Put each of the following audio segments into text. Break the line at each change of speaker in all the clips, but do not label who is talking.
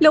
Lo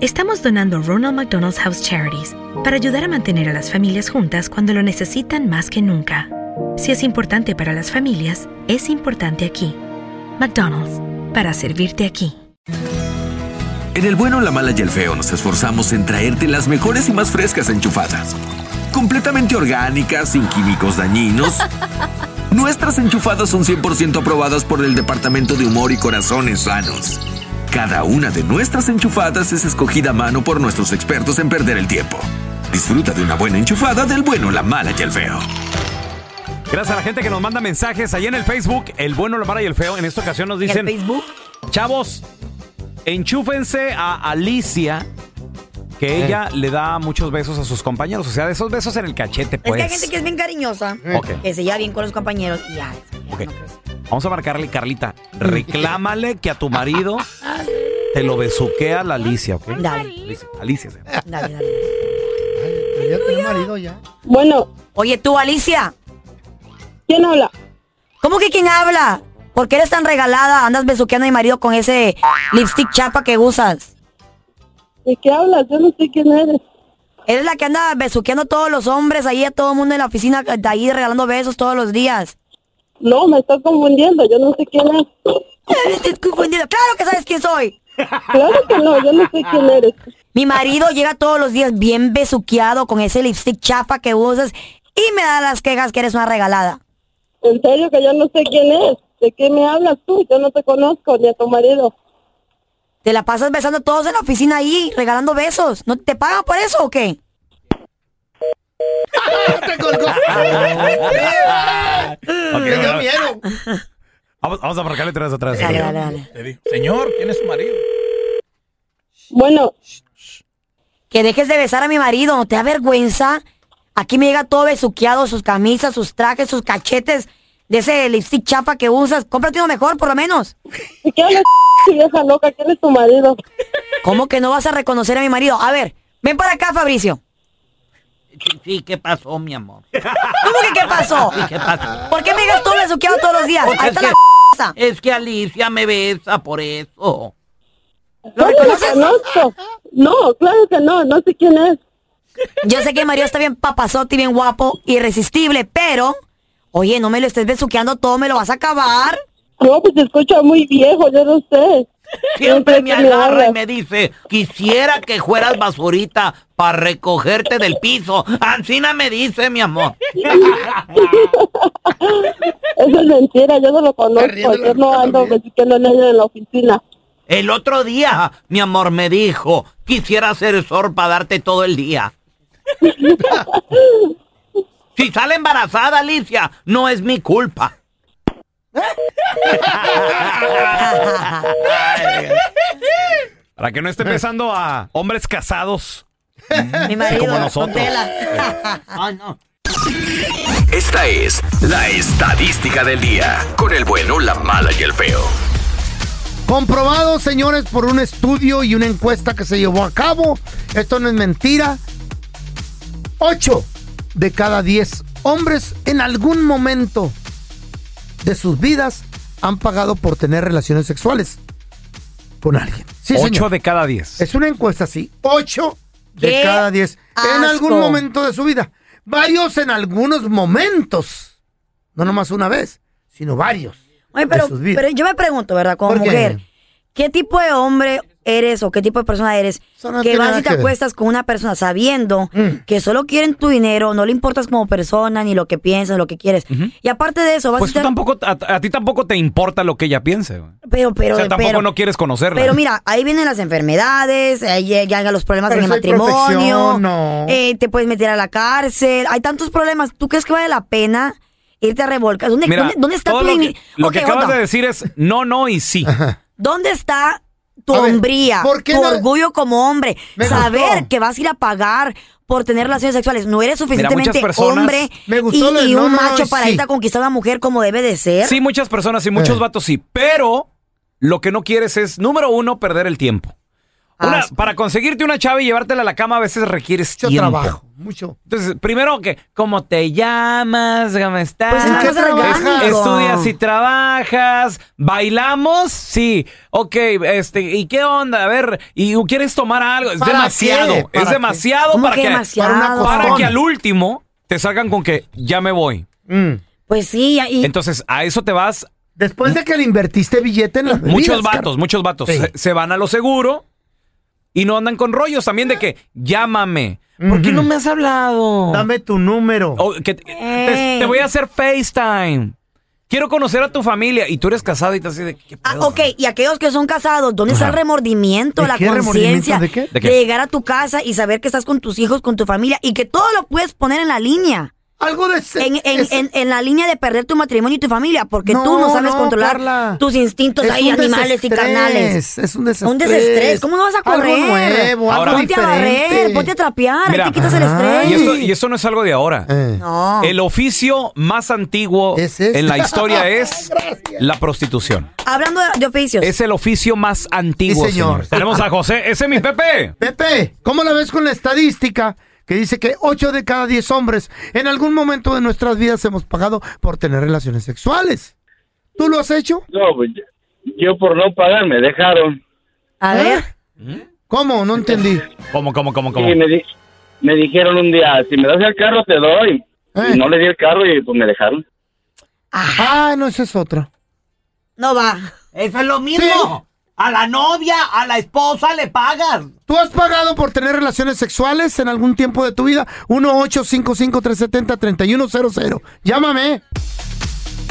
estamos donando Ronald McDonald's House Charities para ayudar a mantener a las familias juntas cuando lo necesitan más que nunca. Si es importante para las familias, es importante aquí. McDonald's, para servirte aquí.
En el bueno, la mala y el feo nos esforzamos en traerte las mejores y más frescas enchufadas. Completamente orgánicas, sin químicos dañinos. Nuestras enchufadas son 100% aprobadas por el Departamento de Humor y Corazones Sanos. Cada una de nuestras enchufadas es escogida a mano por nuestros expertos en perder el tiempo. Disfruta de una buena enchufada del bueno, la mala y el feo.
Gracias a la gente que nos manda mensajes ahí en el Facebook, el bueno, la mala y el feo. En esta ocasión nos dicen,
Facebook?
chavos, enchúfense a Alicia, que ella le da muchos besos a sus compañeros. O sea, de esos besos en el cachete,
Es que
pues.
hay gente que es bien cariñosa,
Ok.
que se lleva bien con los compañeros y ya. esa ya
Ok.
no crece.
Vamos a marcarle, Carlita. Reclámale que a tu marido te lo besuquea la Alicia, ¿ok?
Dale,
Alicia, Alicia. se llama.
dale, dale.
Debería tener marido ya.
Bueno,
Oye, tú, Alicia,
¿quién habla?
¿cómo que quién habla? ¿Por qué eres tan regalada? Andas besuqueando a mi marido con ese lipstick chapa que usas.
¿De qué hablas? Yo no sé quién eres.
Eres la que anda besuqueando a todos los hombres ahí, a todo el mundo en la oficina, de ahí regalando besos todos los días.
No, me estás confundiendo, yo no sé quién es.
Estoy confundida. ¡Claro que sabes quién soy!
Claro que no, yo no sé quién eres.
Mi marido llega todos los días bien besuqueado con ese lipstick chapa que usas y me da las quejas que eres una regalada.
En serio que yo no sé quién es. ¿De qué me hablas tú? Yo no te conozco ni a tu marido.
Te la pasas besando a todos en la oficina ahí, regalando besos. ¿No te pagan por eso o qué?
¡Te colgó!
Ok,
¡Te dio
bueno,
miedo!
vamos, vamos a marcarle tres atrás.
Dale, dale, dale.
Le dijo, señor, ¿quién es su marido?
Bueno,
Que dejes de besar a mi marido, ¿no te da vergüenza? Aquí me llega todo besuqueado, sus camisas, sus trajes, sus cachetes, de ese lipstick chapa que usas. Cómprate uno mejor, por lo menos.
¿de qué hablas, vieja loca? ¿Quién es tu marido?
¿Cómo que no vas a reconocer a mi marido? A ver, ven para acá, Fabricio.
Sí, ¿qué pasó, mi amor?
¿Cómo que qué pasó?
¿Qué pasó?
¿Por qué me llegas todo besuqueado todos los días? Ahí está la esa.
Es que Alicia me besa por eso.
¿Lo
Yo no lo
reconoces?
conozco. No, claro que no, no sé quién es.
Yo sé que Mario está bien papazote y bien guapo, irresistible, pero... Oye, no me lo estés besuqueando todo, me lo vas a acabar.
No, pues se escucha muy viejo, yo no sé.
Siempre
sé
me
quién me
agarra y
hablas.
me dice, quisiera que fueras basurita para recogerte del piso. Ancina me dice, mi amor.
Eso es mentira, yo no lo conozco.
riendo la
Yo no
loca
ando
también.
besuqueando a nadie en la oficina.
El otro día, mi amor me dijo, quisiera ser sor para darte todo el día. Si sale embarazada, Alicia, no es mi culpa.
Para que no esté besando a hombres casados.
Mi marido,
Como
con
nosotros.
tela.
Ay, no.
Esta es la estadística del día. Con el bueno, la mala y el feo.
Comprobado, señores, por un estudio y una encuesta que se llevó a cabo. Esto no es mentira. Ocho de cada 10 hombres en algún momento de sus vidas han pagado por tener relaciones sexuales con alguien. Sí,
Ocho
señor.
de cada diez.
Es una encuesta así. 8 de
¡Qué
cada 10 en
asco!
algún momento de su vida. Varios en algunos momentos. No nomás una vez, sino varios.
Oye,
de
pero,
sus vidas.
pero yo me pregunto, ¿verdad? Como
¿Por qué?
mujer, ¿qué tipo de hombre eres o qué tipo de persona eres
Eso no
que
tiene
vas
nada
y te
que ver.
acuestas con una persona sabiendo
Mm.
que solo quieren tu dinero, no le importas como persona, ni lo que piensas, lo que quieres? Y aparte de eso, vas
Pues
y
tú
te-
tampoco, a, a ti tampoco te importa lo que ella piense. güey.
Pero, pero,
o sea, tampoco
pero,
no quieres conocerla.
pero mira, ahí vienen las enfermedades, ahí llegan los problemas
Pero
en el
eso hay
matrimonio,
protección, no.
eh, te puedes meter a la cárcel, hay tantos problemas. ¿Tú crees que vale la pena irte a revolcar? ¿Dónde,
Mira,
dónde, dónde está
todo
tu
lo que,
digni-
lo
Ok,
que acabas
hold
de
on.
decir es no, no y sí.
¿Dónde está tu
A ver,
hombría,
¿por qué
tu
no-
orgullo como hombre?
Me
Saber
gustó.
que vas a ir a pagar por tener relaciones sexuales. No eres suficientemente
muchas personas-
hombre
Me
y,
gustó lo de
y
no,
un
no, no,
macho
y
para
sí.
irte a conquistar a una mujer como debe de ser.
Sí, muchas personas y muchos
Eh.
vatos sí, pero lo que no quieres es, número uno, perder el tiempo. Una-
Ah, sí.
para conseguirte una chava y llevártela a la cama a veces requieres
Mucho
tiempo.
trabajo, mucho.
Entonces, primero que, ¿cómo te llamas? ¿Cómo estás?
Pues es
¿En
nada
qué
más orgánico.
trabajas?
¿Estudias y trabajas? ¿Bailamos? Sí. Ok, este, ¿y qué onda? A ver, ¿y quieres tomar algo? Es
¿Para qué?
demasiado.
¿Para
Es
qué?
demasiado
¿Cómo
para
que
que,
demasiado?
para una
para
costumbre.
que al último te salgan con que ya me voy.
Mm.
Pues sí, y,
Entonces, a eso te vas
Después de que le invertiste billete en las
Muchos
bebidas, car-
vatos, muchos vatos
Sí.
se, se van a lo seguro y no andan con rollos también
Ah.
de que llámame. ¿Por qué
Ujú.
no me has hablado?
Dame tu número.
O Oh, que te, te- te voy a hacer FaceTime. Quiero conocer a tu familia y tú eres casado y te así de ¿qué
Ah,
pedo?
ok, y aquellos que son casados, ¿dónde está el
Ajá.
remordimiento,
¿De
la
qué remordimiento?
conciencia
¿De qué?
¿De qué?
llegar a tu casa y saber que estás con tus hijos, con tu familia y que todo lo puedes poner en la línea?
Algo de se-
en, en-
es-
en- en la línea de perder tu matrimonio y tu familia, porque
No,
tú no sabes
no,
controlar
Carla.
tus instintos
es
ahí,
un
animales y
desestrés,
carnales.
Es un desestrés.
Un desestrés, ¿cómo no vas a correr?
Algo nuevo, algo
Ahora-
ponte a barrer,
diferente.
ponte a trapear,
Mira,
ahí te quitas el
ajá,
Y
estrés.
esto, y esto no es algo de ahora.
Eh.
No.
El oficio más antiguo
Es este.
en la historia es la prostitución.
Hablando de, de oficios,
Es el oficio más antiguo.
Sí, señor.
señor. Tenemos a José. Ese es mi Pepe.
Pepe, ¿cómo la ves con la estadística que dice que 8 de cada 10 hombres en algún momento de nuestras vidas hemos pagado por tener relaciones sexuales? ¿Tú lo has hecho?
No, pues, yo, yo por no pagar me dejaron
a ver,
¿Eh? ¿Cómo? No entendí.
¿Cómo, cómo, cómo, cómo?
y me, di- me dijeron un día, si me das el carro te doy.
Eh.
Y no le di el carro y pues me dejaron.
Ah, no, ese es otro.
no va.
Eso es lo mismo. A la novia, a la esposa le pagas.
¿Tú has pagado por tener relaciones sexuales en algún tiempo de tu vida? 1-855-370-3100. Llámame.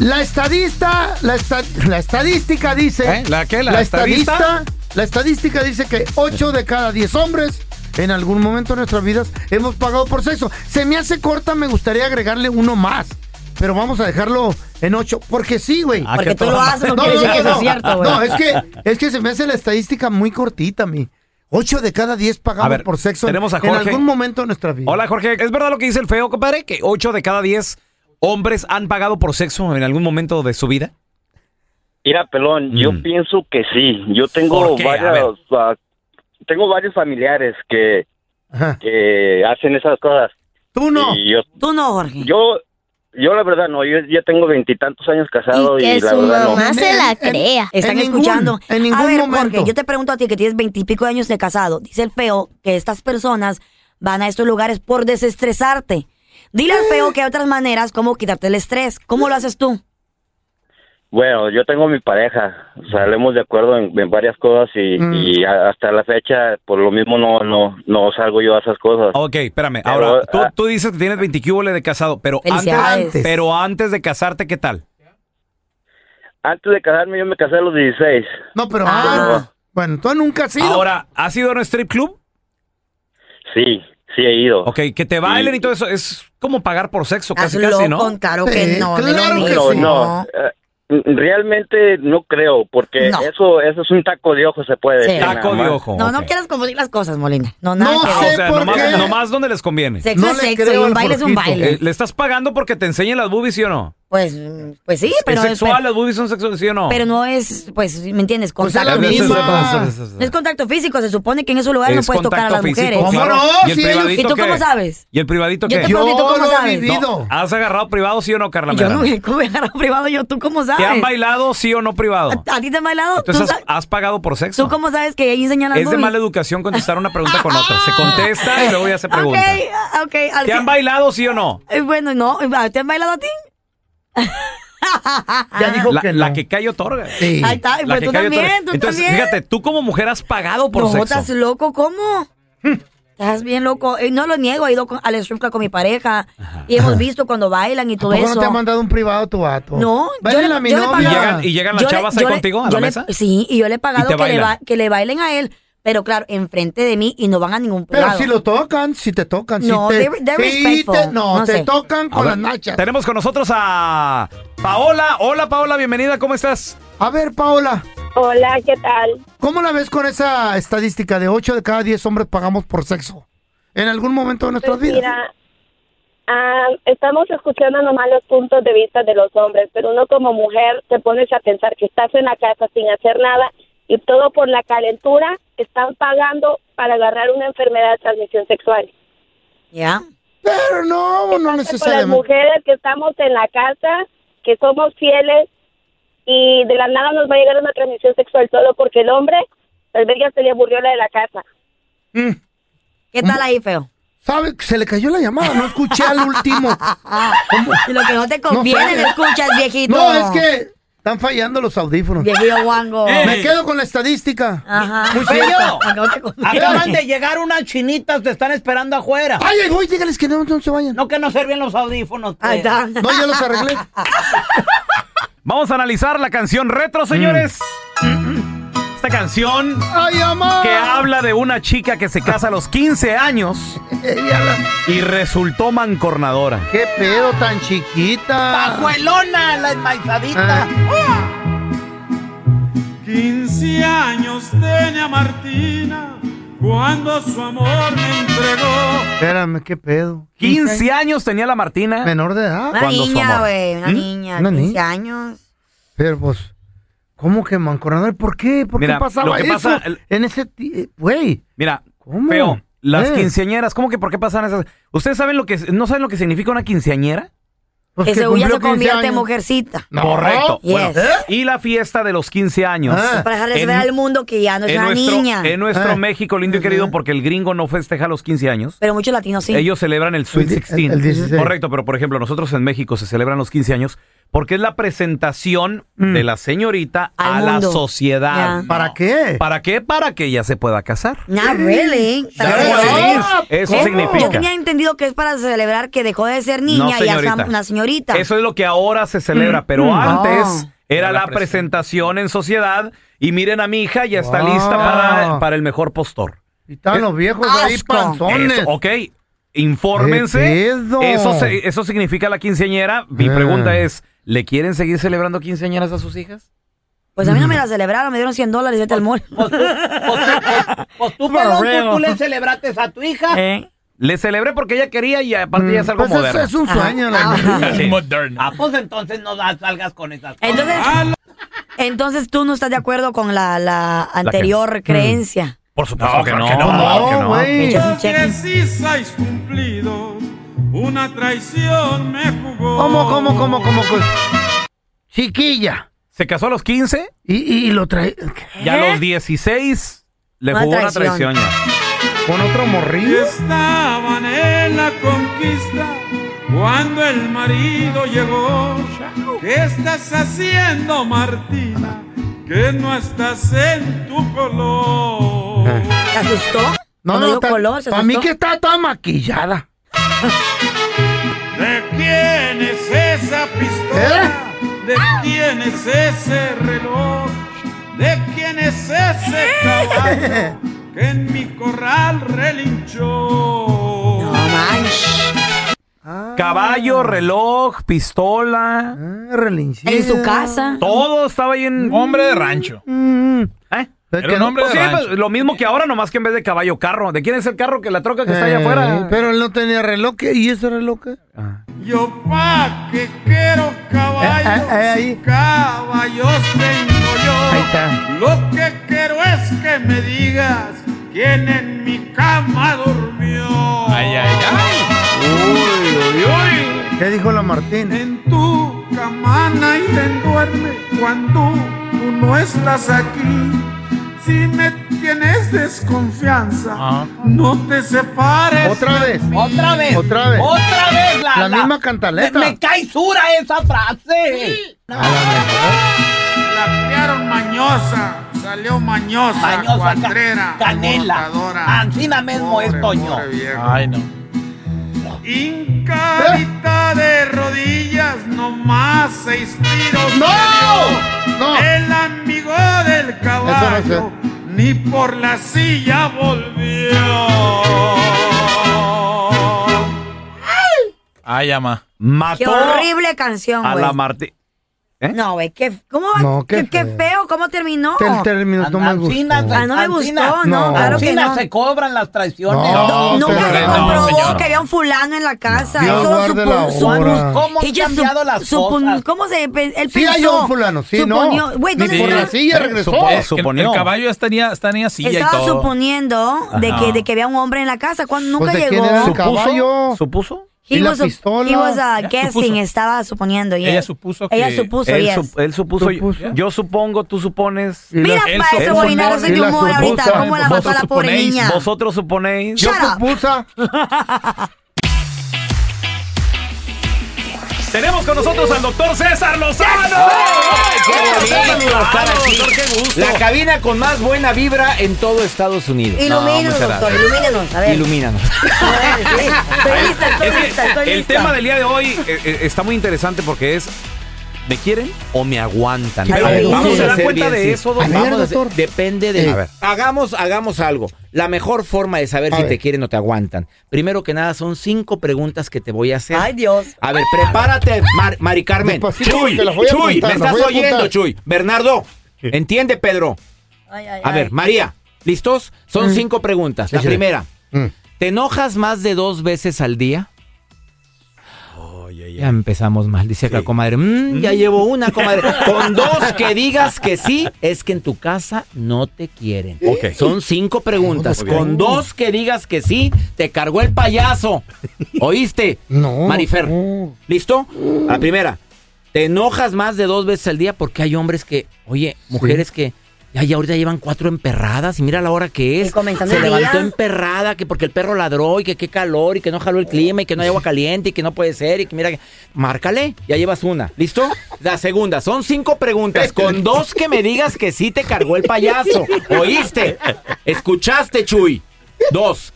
La estadista, la, esta- la estadística dice...
¿Eh? ¿La qué? ¿La
estadista?
estadista?
La estadística dice que 8 de cada 10 hombres en algún momento de nuestras vidas hemos pagado por sexo. Se me hace corta, me gustaría agregarle uno más. Pero vamos a dejarlo en 8. Porque sí, güey.
Ah,
Porque
que
tú
todo-
lo haces, no,
No,
quiere
no,
decir que eso
no,
es
no.
cierto, güey.
No, es que, es que se me hace la estadística muy cortita a mí. Ocho de cada diez pagamos
A ver,
por sexo en-
tenemos a
en
Jorge.
algún momento de nuestra vida.
Hola Jorge, ¿es verdad lo que dice el feo, compadre? Que 8 de cada 10 hombres han pagado por sexo en algún momento de su vida.
Mira, pelón, yo
Mm.
pienso que sí. Yo tengo
¿Por qué? A
varios, ah, tengo varios familiares que,
Ajá.
que hacen esas cosas.
Tú no.
Y yo,
Tú no, Jorge.
yo, yo la verdad no, yo ya tengo veintitantos años casado y, la verdad no.
En- en- en-
Están
en ningún-
escuchando.
en ningún
a ver,
momento.
Jorge, yo te pregunto a ti que tienes veintipico de años de casado. Dice el feo que estas personas van a estos lugares por desestresarte. Dile al feo que hay otras maneras como quitarte el estrés. ¿Cómo lo haces tú?
Bueno, yo tengo mi pareja, salemos de acuerdo en, en varias cosas y,
Mm.
y a- hasta la fecha por lo mismo no no no salgo yo a esas cosas.
Ok, espérame.
Pero,
Ahora, tú,
ah.
tú dices que tienes 20 cúbole de casado, pero antes,
Felicidades.
Antes.
pero antes de casarte, ¿qué tal?
Antes de casarme yo me casé a los 16.
No, pero.
Ah.
ah, bueno, tú nunca has sido.
Ahora, ¿has ido a un strip club?
Sí, sí he ido.
Ok, que te bailen
Sí.
y todo eso. Es como pagar por sexo,
Haz
casi, casi, ¿no?
Claro
Sí,
que no.
claro
no,
que
Pero
sí.
no, eh, realmente no creo porque
No.
eso eso es un taco de ojo se puede
Sí.
decir.
Taco
nada
de
más.
ojo.
No, no
ok.
quieras confundir las cosas, Molina. No, nada
No
que
Ah,
ver.
sé
o sea,
por
nomás,
qué.
nomás donde les conviene.
Sexo
no
es
le
sexo
creo
y
al
un baile es un
Jorgito.
baile.
Eh, ¿Le estás pagando porque te enseñen las boobies, sí o no?
Pues, mm, pues sí,
Es
pero
sexual,
pero-
las boobies son sexuales, ¿sí o no?
Pero no es, pues, ¿me entiendes? Contacto
la
físico.
misma.
No es contacto físico, se supone que en esos lugares no
Es
puedes tocar a las
contacto físico,
mujeres.
claro. ¿Y, el
¿Y
privadito
tú
qué?
cómo sabes?
¿Y el privadito
Yo
qué?
te pregunto, ¿tú Yo cómo lo he sabes? vivido.
No, ¿Has agarrado privado, sí o no, Carla?
Yo
Medrano?
no he agarrado privado, yo, ¿tú cómo
¿Te han
sabes?
bailado, sí o no privado?
¿A ti te han bailado? ¿Tú,
Entonces, ¿has,
sa-
has pagado por sexo?
tú cómo sabes que ahí enseñan las
Es de
boobies?
mala educación contestar una pregunta con otra. Se contesta y luego ya se pregunta.
Ok, ah, ok. al
¿Te
fin-
han bailado, sí o no?
Eh, Bueno, no, ah, ¿te han bailado a ti?
Ya dijo que La que cae otorga.
Sí. Ahí está, pero
La que
tú
cae otorga.
también, tú
Entonces,
también.
fíjate, tú como mujer has pagado por
no,
sexo. Hmm.
estás loco, ¿cómo? Estás bien loco. Eh, no lo niego, he ido con- al strip club con mi pareja y hemos visto cuando bailan y todo
¿Por qué
eso.
no te ha mandado un privado tu vato?
No,
Báilale
yo le-
a mi
yo le
novia.
pagaba.
¿Y llegan las
Yo le-
chavas ahí
yo le-
contigo a
yo
la
le-
mesa?
Sí, y yo le he
¿Y
pagado
te
que le,
bailan?
ba- que le bailen a él, pero claro, enfrente de mí y no van a ningún
Pero
lado.
si lo tocan, si te tocan,
No,
si te...
they're- they're
sí
respectful,
te- no,
no
te
sé.
tocan
A
con
ver,
las nachas.
Tenemos con nosotros a Paola. Hola, Paola, bienvenida, ¿cómo estás?
A ver, Paola.
Hola, ¿qué tal?
¿Cómo la ves con esa estadística de 8 de cada 10 hombres pagamos por sexo? En algún momento de nuestras
Pues
vidas.
mira, ah, estamos escuchando nomás los puntos de vista de los hombres, pero uno como mujer te pones a pensar que estás en la casa sin hacer nada y todo por la calentura están pagando para agarrar una enfermedad de transmisión sexual.
¿Ya?
Pero no, no
Con las
necesariamente.
mujeres que estamos en la casa, que somos fieles y de la nada nos va a llegar una transmisión sexual solo porque el hombre tal vez ya se le aburrió la de la casa.
¿Qué tal ahí, feo?
¿Sabe? Se le cayó la llamada, no escuché al último. ¿Cómo?
Y lo que no te conviene,
sé.
lo escuchas, viejito.
No, es que están fallando los audífonos.
Viejito guango.
Me quedo con la estadística.
Ajá.
Muy
Pero-
Lo
cierto.
que no te conviene.
Acaban de llegar unas chinitas, te están esperando afuera.
Ay, ay, voy, dígales que no, no se vayan.
No que no servían los audífonos. pues.
Ahí está.
No, ya los arreglé.
Vamos a analizar la canción retro, señores.
Mm.
Esta canción
Ay, amor.
que habla de una chica que se casa a los 15 años
Ella la-
y resultó mancornadora.
Qué pedo tan chiquita.
Pajuelona, la enmaizadita.
Ah.
15 años tenía Martina cuando su amor me entregó.
Espérame, qué pedo.
15 años tenía la Martina.
Menor de edad.
Una
Cuando su
niña,
amor.
güey, una
¿Mm?
niña,
Una niña.
15 años.
Pero pues, ¿cómo que mancoronador? ¿Por qué? ¿Por
Mira,
qué pasaba
lo que
eso?
pasa- el-
En ese. ti- eh, Güey.
Mira,
¿Cómo?
feo, las
Eh.
quinceañeras, ¿cómo que por qué pasan esas? ¿Ustedes saben lo que no saben lo que significa una quinceañera?
pues
que según ya
cumplió
se
15
convierte en
años.
mujercita.
No.
Correcto.
Yes. ¿Eh?
Bueno, y la fiesta de los 15 años.
Ah.
Para dejarles
En-
ver al mundo que ya no es
en
una
nuestro,
niña.
en nuestro
Ah.
México lindo y querido, porque el gringo no festeja los 15 años.
Pero muchos latinos sí.
Ellos celebran el
El
Sweet
di-
16.
el 16.
Correcto, pero por ejemplo, nosotros en México se celebran los 15 años porque es la presentación
Mm.
de la señorita
Al
a la
mundo.
sociedad.
Ya.
¿Para qué?
¿Para qué? Para que ella se pueda casar.
Not Ah, really. Para
That's what
celebrar.
it is. Eso
¿Eh? Yo
significa.
tenía entendido que es para celebrar que dejó de ser niña
No,
y ya es
señorita.
una señorita.
Eso es lo que ahora se
Mm.
celebra, pero antes
Ah.
era la presentación en sociedad y miren a mi hija, ya está lista
Ah.
para, para el mejor postor.
Y estaban los viejos ahí
Asco.
panzones.
Eso, ok, infórmense.
¿Qué pedo?
Eso, se- eso significa la quinceañera. Mi
Ah.
pregunta es, ¿le quieren seguir celebrando quinceañeras a sus hijas?
Pues a mí no me la celebraron, me dieron 100 dólares y vete al mall.
Pues tú, pues tú- pues- pues tú,
Por
pelón, tú,
reo.
tú le celebraste a tu hija.
¿Eh?
Le celebré porque ella quería y aparte ya Mm. es algo
Pues eso
moderno.
es un
Ajá.
sueño. la
Ajá.
neta.
Sí.
Ah, pues entonces no da- salgas con esas cosas.
Entonces, entonces tú no estás de acuerdo con la, la anterior creencia.
Por supuesto que, no,
No,
claro que no.
güey.
Que echas un cheque.
16 cumplidos, una traición me jugó.
¿Cómo, cómo, cómo, cómo? cómo? Chiquilla.
Se casó a los 15
Y, y, y lo trae.
y a los 16 le
¿Eh? Una
jugó una
traición.
traición. ya.
Con otro morrillo.
Estaban en la conquista cuando el marido llegó. ¿Qué estás haciendo, Martina? Que no estás en tu color.
¿Te asustó?
No,
Cuando
Ah. no,
digo
ta-
color, ¿se
pa' mí
asustó?
que está toda maquillada.
¿De quién es esa pistola?
¿Eh?
¿De quién es ese reloj? ¿De quién es ese caballo que en mi corral relinchó?
No manches.
Ah. Caballo, reloj, pistola.
Ah, relinchida.
En su casa.
Mm. Todo estaba ahí en. Hombre de rancho.
Mm.
¿Eh? Era un hombre de rancho. lo mismo que ahora, nomás que en vez de caballo, carro. ¿De quién es el carro que la troca que está allá
Eh,
afuera?
Pero él no tenía reloj. ¿qué? ¿Y ese reloj qué?
Yo pa que quiero
Eh,
caballos y caballos tengo yo. Lo que quiero es que me digas quién en mi cama durmió. Ay, ay, ay. Uy, uy, uy.
¿Qué dijo la Martín?
En tu cama nadie duerme cuando tú no estás aquí. Si me tienes desconfianza, no te separes.
Ah. Otra
de
vez.
mí.
Otra vez.
Otra vez.
Otra vez la,
La misma cantaleta.
Me, me cae sura esa frase.
La criaron mañosa, salió mañosa,
Mañosa, ca-
cuatrera,
canela.
alborotadora.
Ancina mismo
Pobre,
es Toño.
pobre viejo.
Ay, no.
Hincadita de rodillas, nomás seis tiros.
¡No!
le dio.
¡No!
El amigo del caballo ni por la silla volvió.
Ay, ama.
Qué
Ah, Mató
horrible canción,
a
güey.
la ¿Eh? Martín.
No, güey, qué, ¿cómo va?
No,
qué,
qué
qué
feo.
feo, ¿cómo terminó?
Que el término no me gustó.
Ancina,
Ah, no me gustó, no,
No.
claro que
ancina
no.
se cobran las traiciones.
No,
Nunca
pero-
se
no,
comprobó
señora.
que había un fulano en la casa.
Dios
Eso lo
guarde la
supuso.
hora.
¿Cómo han
Ella
cambiado
sup-
las
supun-
cosas?
¿Cómo se pe- él
Sí,
pensó?
hay un fulano, sí,
Suponió-
no.
Güey,
Ni
¿dónde
por
está?
la silla regresó.
Eh, Suponió.
caballo estaría, estaría silla y
Estaba
todo.
suponiendo de que, de que había un hombre en la casa cuando nunca
Pues, ¿de
llegó.
quién era el
He
caballo?
¿Supuso?
¿Y la
was a-
pistola?
he was a
Ya,
guessing,
supuso.
estaba suponiendo. yeah.
Ella supuso que-
Ella supuso,
Él,
yes.
sup- él supuso,
Supuso.
Yo, yo supongo, tú supones.
Y
Mira
la-
él
para eso,
supuso.
Bolina, no soy
Y
de
la
humor ahorita.
supuso.
¿Cómo la mató a la
Vosotros
pobre
suponéis,
niña?
Vosotros suponéis.
Yo
Shut up.
supusa.
Tenemos con nosotros al doctor César Lozano.
¡Qué
César
bonito estar
Lozano,
aquí!
doctor, qué gusto.
La cabina con más buena vibra en todo Estados Unidos.
Ilumínanos, doctor, ilumínanos. A ver.
Ilumínanos.
A ver, sí. Estoy lista, estoy
Es que
lista, estoy
el
lista.
tema del día de hoy eh, eh, está muy interesante porque es ¿me quieren o me aguantan?
Ay,
Pero
sí.
vamos
Sí,
a dar
sí,
cuenta
bien,
de
sí.
eso,
A
doctor.
ver,
Vamos a hacer-
doctor.
depende de.
Eh. A ver.
Hagamos, hagamos algo. La mejor forma de saber
A
si
ver.
te quieren o te aguantan. Primero que nada, son cinco preguntas que te voy a hacer.
Ay, Dios.
A ver, prepárate, Mar- Mari Carmen.
Despacito,
Chuy,
que las voy a
Chuy,
apuntar,
me
las
estás
voy a
oyendo,
apuntar.
Chuy. Bernardo, entiende, Pedro.
Ay, ay,
A
ay.
ver, María, ¿listos? Son cinco preguntas. La
Mm. Échale.
primera,
Mm.
¿te enojas más de dos veces al día? Ya empezamos mal, dice la comadre. "Mm, ya llevo una, comadre. Con dos que digas que sí, es que en tu casa no te quieren.
Ok.
Son cinco preguntas. Con dos que digas que sí, te cargó el payaso. ¿Oíste?
No.
Marifer.
no.
¿Listo? La primera. ¿Te enojas más de dos veces al día? Porque hay hombres que, oye, mujeres que ya, ya ahorita llevan cuatro emperradas y mira la hora que es.
Y comenzando
Se
el
levantó
día.
emperrada que porque el perro ladró y que qué calor y que no jaló el clima y que no hay agua caliente y que no puede ser y que mira que... Márcale, ya llevas una. ¿Listo? La segunda. Son cinco preguntas. Con dos que me digas que sí te cargó el payaso. ¿Oíste? ¿Escuchaste, Chuy? Dos.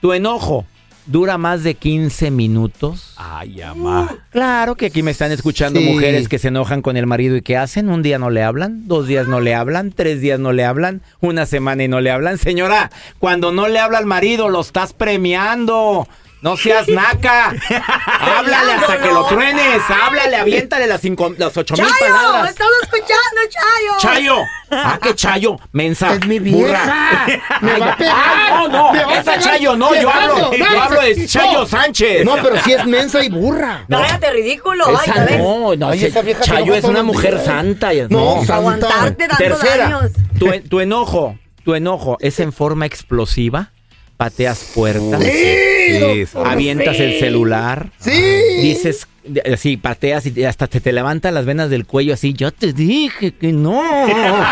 ¿Tu enojo dura más de 15 minutos?
Ay, amá.
Claro que aquí me están escuchando
Sí.
mujeres que se enojan con el marido y que hacen un día no le hablan, dos días no le hablan, tres días no le hablan, una semana y no le hablan. Señora, cuando no le habla al marido lo estás premiando. No seas naca. háblale hasta que lo truenes. Háblale, aviéntale las, cinco, las ocho mil
¡Chayo!
palabras.
¡Estamos escuchando, Chayo!
Chayo. Ah, qué Chayo. Mensa.
Es mi
burra.
vieja. Me va a pegar.
Ay, Ah, no, no.
Me va a
Esa
pegar
Chayo no. Yo
pegando.
hablo, yo
No,
hablo de
no.
Chayo Sánchez.
No, pero sí es mensa y burra.
Cállate, ridículo. Ay,
Esa
ya ves.
no, no,
Ay,
se-
esa vieja se
Chayo
enoja
es una
todos los
mujer
días.
santa. ya-
No, santa.
Aguantarte tantos
Tercera,
años.
tu, en- tu enojo, tu enojo es en forma explosiva. Pateas puertas, eh,
Sí, sí.
avientas el celular,
Sí.
dices de- así, pateas y te- hasta te, te levantan las venas del cuello así, yo te dije que no.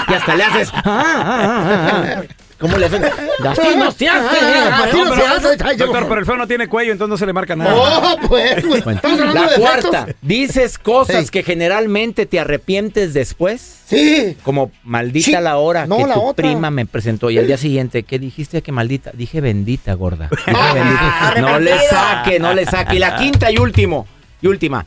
Y hasta le haces... "Ah, ah, ah, ah". ¿Cómo le haces? Así no se hace.
Ah, así no
Pero-
se hace, Chayo.
Doctor, pero el feo no tiene cuello, entonces no se le marca nada.
Oh, pues, güey.
Bueno,
Estamos hablando
la
de
cuarta,
efectos.
dices cosas
Sí.
que generalmente te arrepientes después.
Sí.
Como maldita
Sí.
la hora
No,
que
la
tu
otra.
prima me presentó. Y al día siguiente, ¿qué dijiste que maldita? Dije bendita, gorda. Dije
Ah,
bendita. No le saque, no le saque. Y la quinta y último, y última.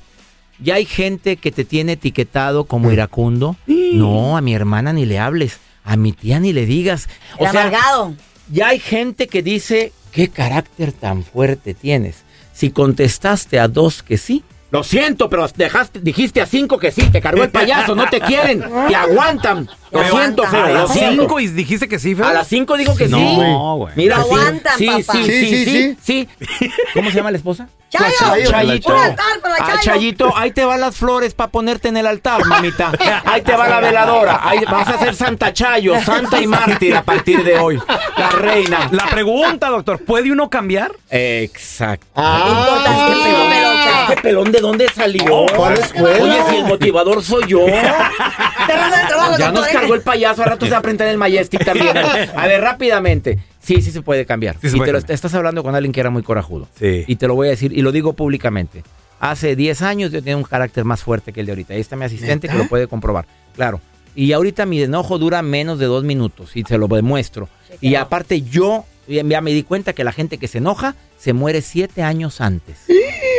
Ya hay gente que te tiene etiquetado como iracundo. No, a mi hermana ni le hables. A mi tía ni le digas. O
El
sea,
amargado.
ya hay gente que dice, ¿qué carácter tan fuerte tienes? Si contestaste a dos que sí. Lo siento, pero dejaste, dijiste a cinco que sí, te cargó el payaso, no te quieren, te aguantan. Ah, Lo siento, feo,
A
lo
las
siento.
5 y dijiste que sí, feo.
A las 5 dijo que sí.
No, güey.
Mira, sí.
Aguantan,
sí,
papá.
Sí, sí, sí, sí. ¿Cómo se llama la esposa?
Chayo.
La Chayito.
Una tárpala,
Ah,
Chayo.
Chayito, ahí te van las flores para ponerte en el altar, mamita. Ahí te va la veladora. Ahí vas a ser Santa Chayo, santa y mártir a partir de hoy. La reina.
Ah.
La pregunta, doctor, ¿puede uno cambiar?
Exacto.
Ah.
Importante, pelón, pelocha.
¿Este pelón de dónde salió?
¿Cuál escuela?
Oye, si el motivador soy yo.
Te vas al trabajo,
Ya nos
doctor,
cargó
¿eh?
el payaso, al rato se va a aprender el Majestic también. A ver, rápidamente. Sí, sí se puede cambiar.
Sí se
y
puede
te lo-
cambiar.
estás hablando con alguien que era muy corajudo.
Sí.
Y te lo voy a decir, y lo digo públicamente. Hace 10 años yo tenía un carácter más fuerte que el de ahorita. Ahí está mi asistente que lo puede comprobar. Claro. Y ahorita mi enojo dura menos de dos minutos y se lo demuestro. Y aparte yo ya ya me di cuenta que la gente que se enoja se muere siete años antes.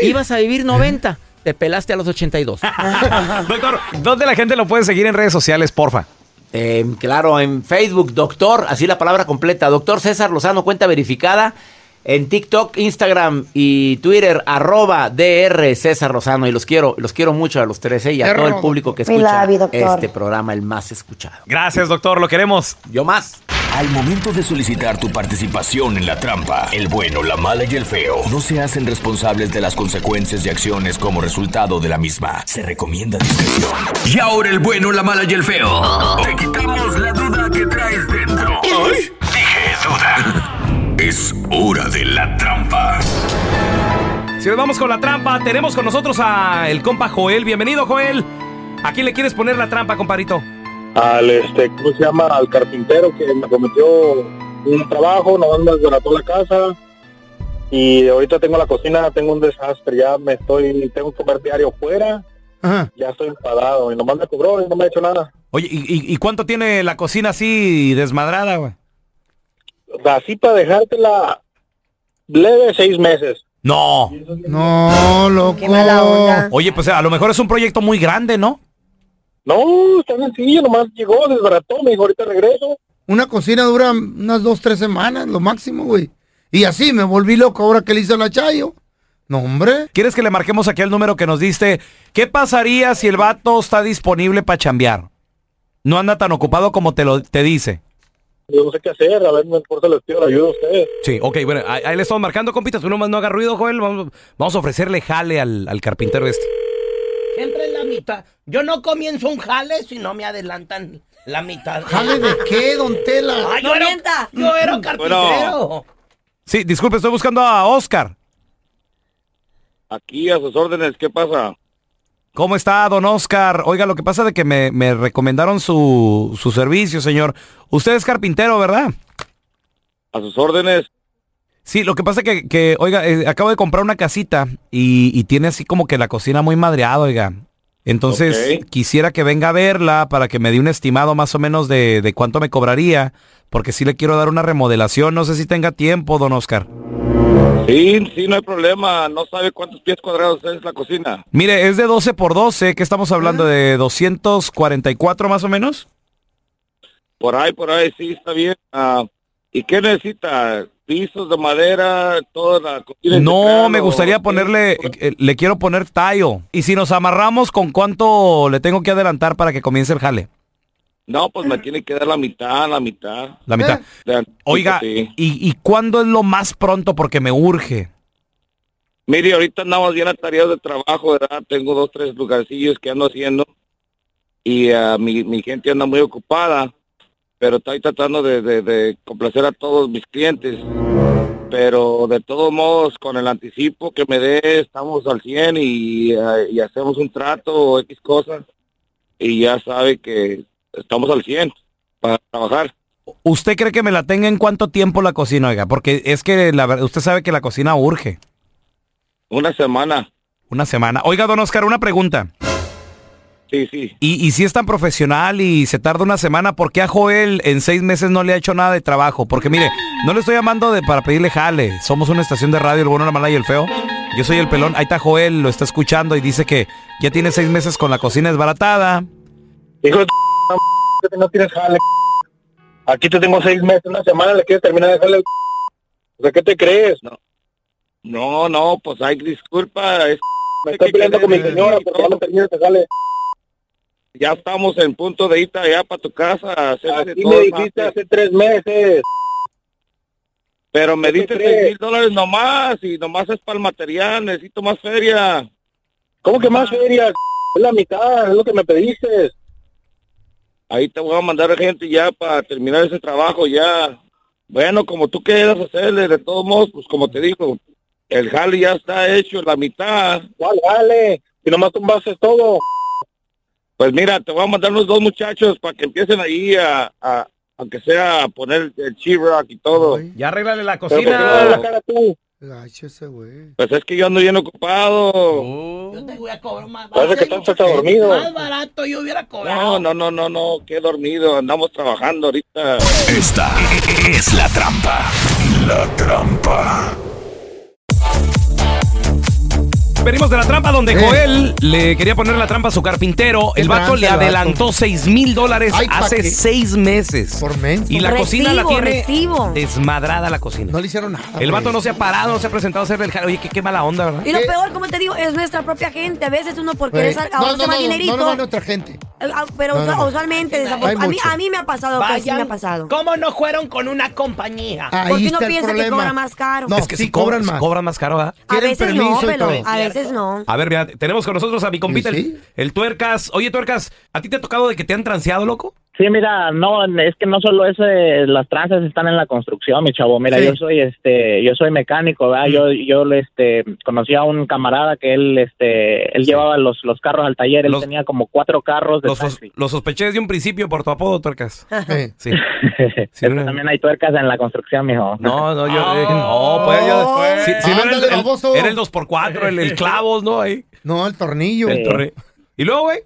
Ibas a
¿Eh?
vivir 90, te pelaste a los 82.
Doctor, ¿dónde la gente lo puede seguir en redes sociales, porfa?
Eh, claro, en Facebook, doctor, así la palabra completa, doctor César Lozano, cuenta verificada. En TikTok, Instagram y Twitter, arroba DR César Lozano. Y los quiero, los quiero mucho a los 13 y a todo el público que escucha este programa, el más escuchado.
Gracias, doctor, lo queremos.
Yo más.
Al momento de solicitar tu participación en la trampa, el bueno, la mala y el feo no se hacen responsables de las consecuencias y acciones como resultado de la misma. Se recomienda discreción. Y ahora el bueno, la mala y el feo. Te quitamos la duda que traes dentro. Dije duda. Es hora de la trampa.
Si nos vamos con la trampa, tenemos con nosotros a el compa Joel. Bienvenido, Joel. ¿A quién le quieres poner la trampa, comparito?
Al, este, ¿cómo se llama? Al carpintero que me prometió un trabajo, nomás me desbarató la casa. Y ahorita tengo la cocina, tengo un desastre, ya me estoy, tengo que comer diario fuera,
Ajá.
ya estoy enfadado. Y nomás me cobró y no me ha hecho nada.
Oye, ¿y, y- y cuánto tiene la cocina así desmadrada, güey?
O sea, Así para dejártela leve seis meses.
No.
No, loco.
Qué mala onda.
Oye, pues a lo mejor es un proyecto muy grande, ¿no?
No, está sencillo, nomás llegó, desbarató, me dijo, ahorita regreso.
Una cocina dura unas dos, tres semanas, lo máximo, güey. Y así me volví loco ahora que le hizo la Chayo. No, hombre.
¿Quieres que le marquemos aquí el número que nos diste? ¿Qué pasaría si el vato está disponible para chambear? No anda tan ocupado como te lo te dice.
Yo no sé qué hacer, a ver, no importa, les pido la ayuda a ustedes.
Sí, ok, bueno, ahí, ahí le estamos marcando, compita. Tú nomás no hagas ruido, Joel. Vamos, vamos a ofrecerle jale al, al carpintero este.
Siempre es la mitad. Yo no comienzo un jale si no me adelantan la mitad.
¿Jale de qué, don Tela?
Ay, yo, era,
mienta.
yo era carpintero.
Sí, disculpe, estoy buscando a Oscar.
Aquí a sus órdenes, ¿qué pasa?
¿Cómo está, don Oscar? Oiga, lo que pasa de que me, me recomendaron su, su servicio, señor. Usted es carpintero, ¿verdad?
A sus órdenes.
Sí, lo que pasa que, que oiga, eh, acabo de comprar una casita y, y tiene así como que la cocina muy madreada, oiga. Entonces,
Ok.
quisiera que venga a verla para que me dé un estimado más o menos de, de cuánto me cobraría, porque sí le quiero dar una remodelación. No sé si tenga tiempo, don Oscar.
Sí, sí, no hay problema. No sabe cuántos pies cuadrados es la cocina.
Mire, es de 12 por 12, que estamos hablando
Ah.
de 244 más o menos.
Por ahí, por ahí, sí, está bien. Ah, ¿Y qué necesita? ¿Pisos de madera? ¿Toda la cocina?
No,
integral
me
o-
gustaría ponerle, eh, le quiero poner tallo. Y si nos amarramos, ¿con cuánto le tengo que adelantar para que comience el jale?
No, pues me tiene que dar la mitad, la mitad.
La mitad.
De-
Oiga, eh,
sí.
¿y, y cuándo es lo más pronto? Porque me urge.
Mire, ahorita andamos bien tareas de trabajo, ¿verdad? Tengo dos, tres lugarcillos que ando haciendo y ah, mi, mi gente anda muy ocupada, pero estoy tratando de, de- de complacer a todos mis clientes. Pero de todos modos, con el anticipo que me dé, estamos al 100 y, ah, y hacemos un trato o X cosas y ya sabe que estamos al 100 para trabajar.
¿Usted cree que me la tenga en cuánto tiempo la cocina, oiga? Porque es que la verdad, usted sabe que la cocina urge.
Una semana.
Una semana. Oiga, don Oscar, una pregunta.
Sí, sí.
Y, y si es tan profesional y se tarda una semana, ¿por qué a Joel en seis meses no le ha hecho nada de trabajo? Porque mire, no le estoy llamando de, para pedirle jale. Somos una estación de radio, el bueno, la mala y el feo. Yo soy el pelón. Ahí está Joel, lo está escuchando y dice que ya tiene seis meses con la cocina desbaratada.
Hijo de tu- no tienes jale. Aquí te tengo seis meses, una semana le quieres terminar de jale. al O sea, ¿qué te crees? No, no, no pues hay disculpa. es- me estoy peleando con mi señora porque no me terminas de jale.
ya estamos en punto de ir allá para tu casa. a hacer
Así
de
me
todo,
dijiste
mate.
hace tres meses.
Pero me
¿Qué
diste
crees?
seis mil dólares nomás y nomás es para el material, necesito más feria.
¿Cómo que más feria? Es la mitad, es lo que me pediste.
Ahí te voy a mandar gente ya para terminar ese trabajo ya. Bueno, como tú quieras hacerle, de todos modos, pues como te digo, el jale ya está hecho, la mitad.
¿Cuál jale? Si nomás tumbaste todo.
Pues mira, te voy a mandar unos dos muchachos para que empiecen ahí a, a, aunque sea a poner el She-Rock y todo.
Ya arréglale la
Pero,
cocina.
pero,
Gacho ese güey.
pues es que yo ando bien ocupado.
Oh.
Yo te voy a cobrar más
Parece que estás hasta dormido.
Más barato yo hubiera cobrado.
No, no, no, no, no, que he dormido, andamos trabajando ahorita.
Esta es la trampa. La trampa.
Venimos de la trampa donde Joel le quería poner la trampa a su carpintero. El vato
tranza
le
el vato.
adelantó seis mil dólares
Ay, pa'
hace
qué.
seis meses. Por
menos.
Y la cocina la
Recibo,
tiene
recibo.
desmadrada la cocina. No
le hicieron nada.
El vato
güey. Eh,
no se ha parado, no se ha presentado a hacer el jale. Oye, qué, qué mala onda, ¿verdad?
Y lo peor, como te digo, es nuestra propia gente. A veces uno por
Ey.
querer sal-
No,
ahorrarse
no,
más
no,
dinerito.
no, no,
Nuestra gente.
eh, ah, Pero
No, no, no.
usualmente, desapor-
Hay
a, mí,
muchos.
a mí me ha pasado, que sí me ha
Vayan,
pasado.
¿Cómo no fueron con una compañía?
Ahí
¿Por qué no
está el
piensa que
problema.
cobra más caro?
No, es que sí cobran más.
Cobran más caro, ¿verdad?
a veces no,
permiso y
pero
todo.
a veces no.
A ver, mira, tenemos con nosotros a mi compita, el, el tuercas. Oye, tuercas, ¿a ti te ha tocado de que te han transeado, loco?
Sí, mira, no, es que no solo eso, eh, las tranzas están en la construcción, mi chavo. Mira,
Sí.
yo soy este, yo soy mecánico, ¿verdad? Yo, yo, este, conocí a un camarada que él, este, él llevaba los, los carros al taller, él
Los-
tenía como cuatro carros de
Los, sos-
taxi.
los sospeché desde un principio por tu apodo, tuercas.
Eh.
Sí.
Es que también hay tuercas en la construcción, mijo.
No, no, yo dije, no, pues
Ah.
yo. Si,
Ah,
si no era, el,
Ándale,
el-
baboso.
era el 2x4, el, el clavos, ¿no? Ahí.
No, el tornillo.
El torre- Y luego, güey.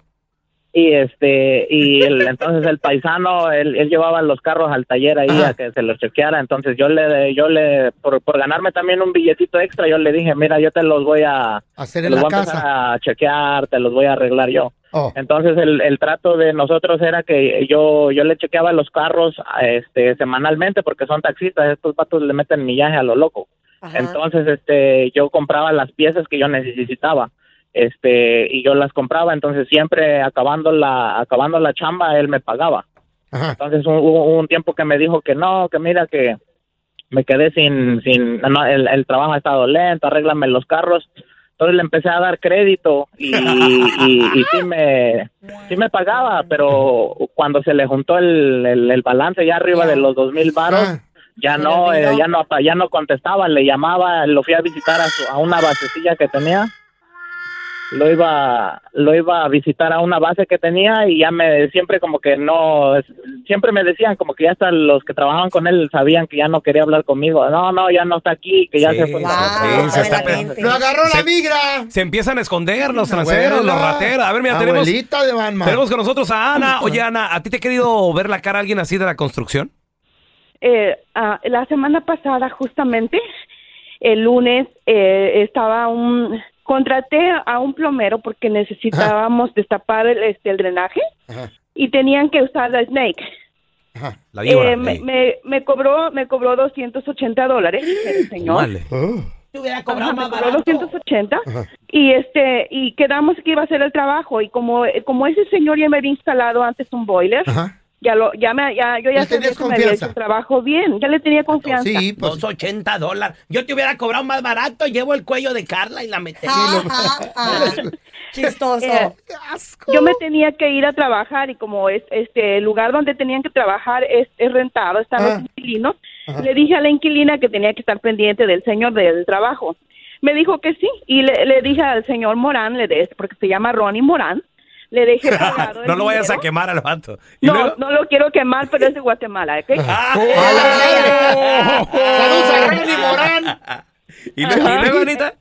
Y este, y el- entonces el paisano, él, él llevaba los carros al taller ahí a que se los chequeara. Entonces yo le, yo le, por, por ganarme también un billetito extra, yo le dije, mira, yo te los voy a,
Hacer
te
en
los
la
voy a empezar
casa.
a chequear, te los voy a arreglar yo.
Oh.
Entonces el, el trato de nosotros era que yo, yo le chequeaba los carros este, semanalmente porque son taxistas, estos patos le meten millaje a lo loco. Entonces, este, yo compraba las piezas que yo necesitaba, este, y yo las compraba. Entonces, siempre acabando la, acabando la chamba, él me pagaba. Entonces, un- hubo un, tiempo que me dijo que no, que mira que me quedé sin, sin, no, el, el trabajo ha estado lento, arréglame los carros. Entonces le empecé a dar crédito y, y, y sí, me, sí me pagaba, pero cuando se le juntó el, el, el balance ya arriba de los dos mil baros, ya no, eh, ya no, apa- ya no contestaba, le llamaba, lo fui a visitar a, su- a una basecilla que tenía, lo iba, lo iba a visitar a una base que tenía y ya me, siempre como que no, es- siempre me decían como que ya hasta los que trabajaban con él sabían que ya no quería hablar conmigo, no, no, ya no está aquí, que ya se fue.
Sí, se está pe-
Lo agarró la
Se-
migra.
Se empiezan a esconder los transeros,
Abuela,
los rateros. A ver, mira, tenemos,
Abuelita de Batman.
tenemos con nosotros a Ana. Oye, Ana, ¿a ti te ha querido ver la cara a alguien así de la construcción?
eh, ah, la semana pasada justamente el lunes eh, estaba un contraté a un plomero porque necesitábamos destapar el, este el drenaje y tenían que usar la snake
La víbora.
Eh, me, me, me cobró me cobró 280 dólares el señor
Vale.
Oh.
Te hubiera
Ajá,
cobrado
me
más
cobró
barato.
280 y este y quedamos que iba a hacer el trabajo y como como ese señor ya me había instalado antes un boiler ya lo ya me ya yo ya
Le
sabía
tenías
que me había hecho
confianza.
el trabajo bien ya le tenía confianza
pues. 280 dólares. Yo te hubiera cobrado más barato. Llevo el cuello de Carla y la metí.
Chistoso.
Eh, yo me tenía que ir a trabajar y como es este el lugar donde tenían que trabajar es, es rentado, están los inquilinos, le dije a la inquilina que tenía que estar pendiente del señor del trabajo. Me dijo que sí y le, le dije al señor Morán, le de, porque se llama Ronnie Morán, le dejé pagado el
no lo vayas
dinero.
a quemar al vato. ¿Y
No,
luego?
no lo quiero quemar, pero es de Guatemala, ¿ok?
¡Oh! Saludos a Ronnie Morán.
¿Y, luego-
Ajá.
y luego, Anita?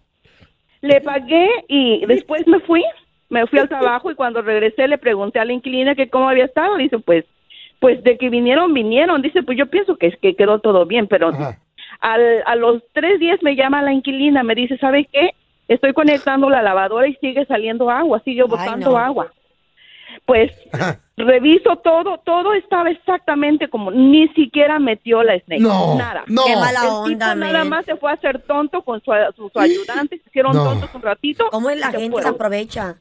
Le pagué y después me fui, me fui al trabajo y cuando regresé le pregunté a la inquilina que cómo había estado, dice pues, pues de que vinieron, vinieron, dice pues yo pienso que es que quedó todo bien, pero al- a los tres días me llama la inquilina, me dice, ¿sabe qué? Estoy conectando la lavadora y sigue saliendo agua, sigue botando
no.
agua. Pues reviso todo, todo estaba exactamente como, ni siquiera metió la snake,
No,
nada.
no. Qué mala
El tipo
onda,
nada
man.
más se fue a hacer tonto con su, su, su ayudante, se hicieron
No.
tontos un ratito.
¿Cómo es la
y se
gente se
fueron.
aprovecha?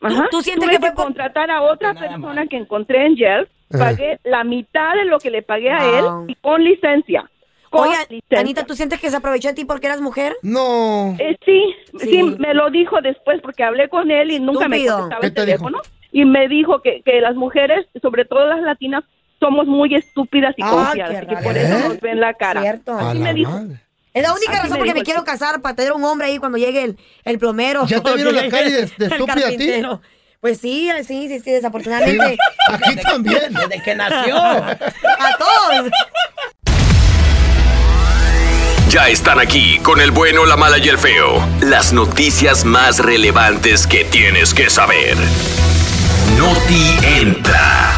Ajá. Tuve que, contratar a otra persona que encontré en Yelp,
Ajá.
pagué la mitad de lo que le pagué a él
Wow.
y con licencia. Con
Oye,
licencia.
Anita, ¿tú sientes que se aprovechó de ti porque eras mujer?
No.
Eh, sí, sí,
Sí.
me lo dijo después porque hablé con él y nunca me
Estúpido.
contestaba
¿Qué
el
te dijo?
teléfono. Y me dijo que, que las mujeres, sobre todo las latinas, somos muy estúpidas y
Ah,
confiadas.
qué
y que
raro.
por eso nos ven la cara.
Cierto.
Así me dijo.
Es la única
Así
razón
me
por la que
dijo
me
el
quiero casar, para tener un hombre ahí cuando llegue el, el plomero.
¿Ya te
o
vieron
que
la
llegue
cara de- de
el
estúpida a ti?
carpintero. Pues sí, sí, sí, sí, desafortunadamente.
Sí, aquí también.
Desde que nació.
A todos.
Ya están aquí con el bueno, la mala y el feo. Las noticias más relevantes que tienes que saber. Noti entra.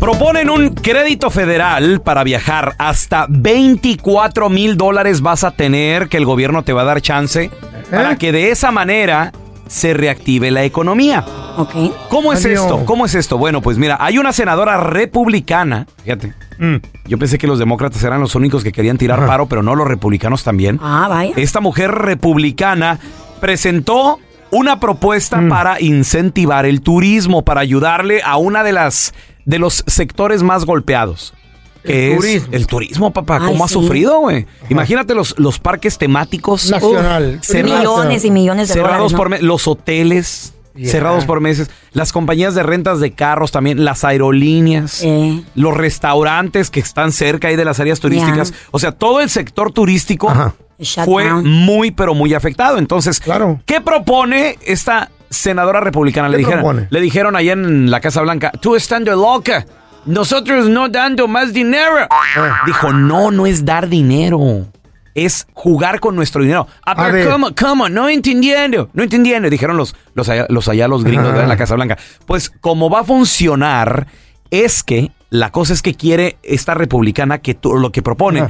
Proponen un crédito federal para viajar. Hasta 24 mil dólares vas a tener que el gobierno te va a dar chance para que de esa manera se reactive la economía. ¿Cómo es
Adiós.
esto? ¿Cómo es esto? Bueno, pues mira, hay una senadora republicana. Fíjate. Yo pensé que los demócratas eran los únicos que querían tirar paro, pero no los republicanos también.
Ah, vaya.
Esta mujer republicana presentó una propuesta
Mm.
para incentivar el turismo, para ayudarle a una de las de los sectores más golpeados.
El
Que es
turismo.
el turismo, papá.
Ay,
¿Cómo ha
sí.
sufrido, güey? Imagínate los, los parques temáticos.
Nacional.
Uf, cerrados.
Millones y millones de
cerrados
dólares, ¿no?
por me- los hoteles
Yeah.
cerrados por meses, las compañías de rentas de carros también, las aerolíneas,
Eh.
los restaurantes que están cerca ahí de las áreas turísticas, o sea, todo el sector turístico fue muy pero muy afectado. Entonces, ¿qué propone esta senadora republicana? Le
¿Qué
dijeron,
propone?
le dijeron allá en la Casa Blanca, tú estando loca, nosotros no dando más dinero.
Ah.
Dijo, no, no es dar dinero. Es jugar con nuestro dinero. A
A
ver,
ver.
¿cómo? ¿Cómo? No entendiendo. No entendiendo. Dijeron los, los, allá, los allá, los gringos
Ajá.
¿verdad? en la Casa Blanca. Pues, como va a funcionar es que la cosa es que quiere esta republicana que tú- lo que propone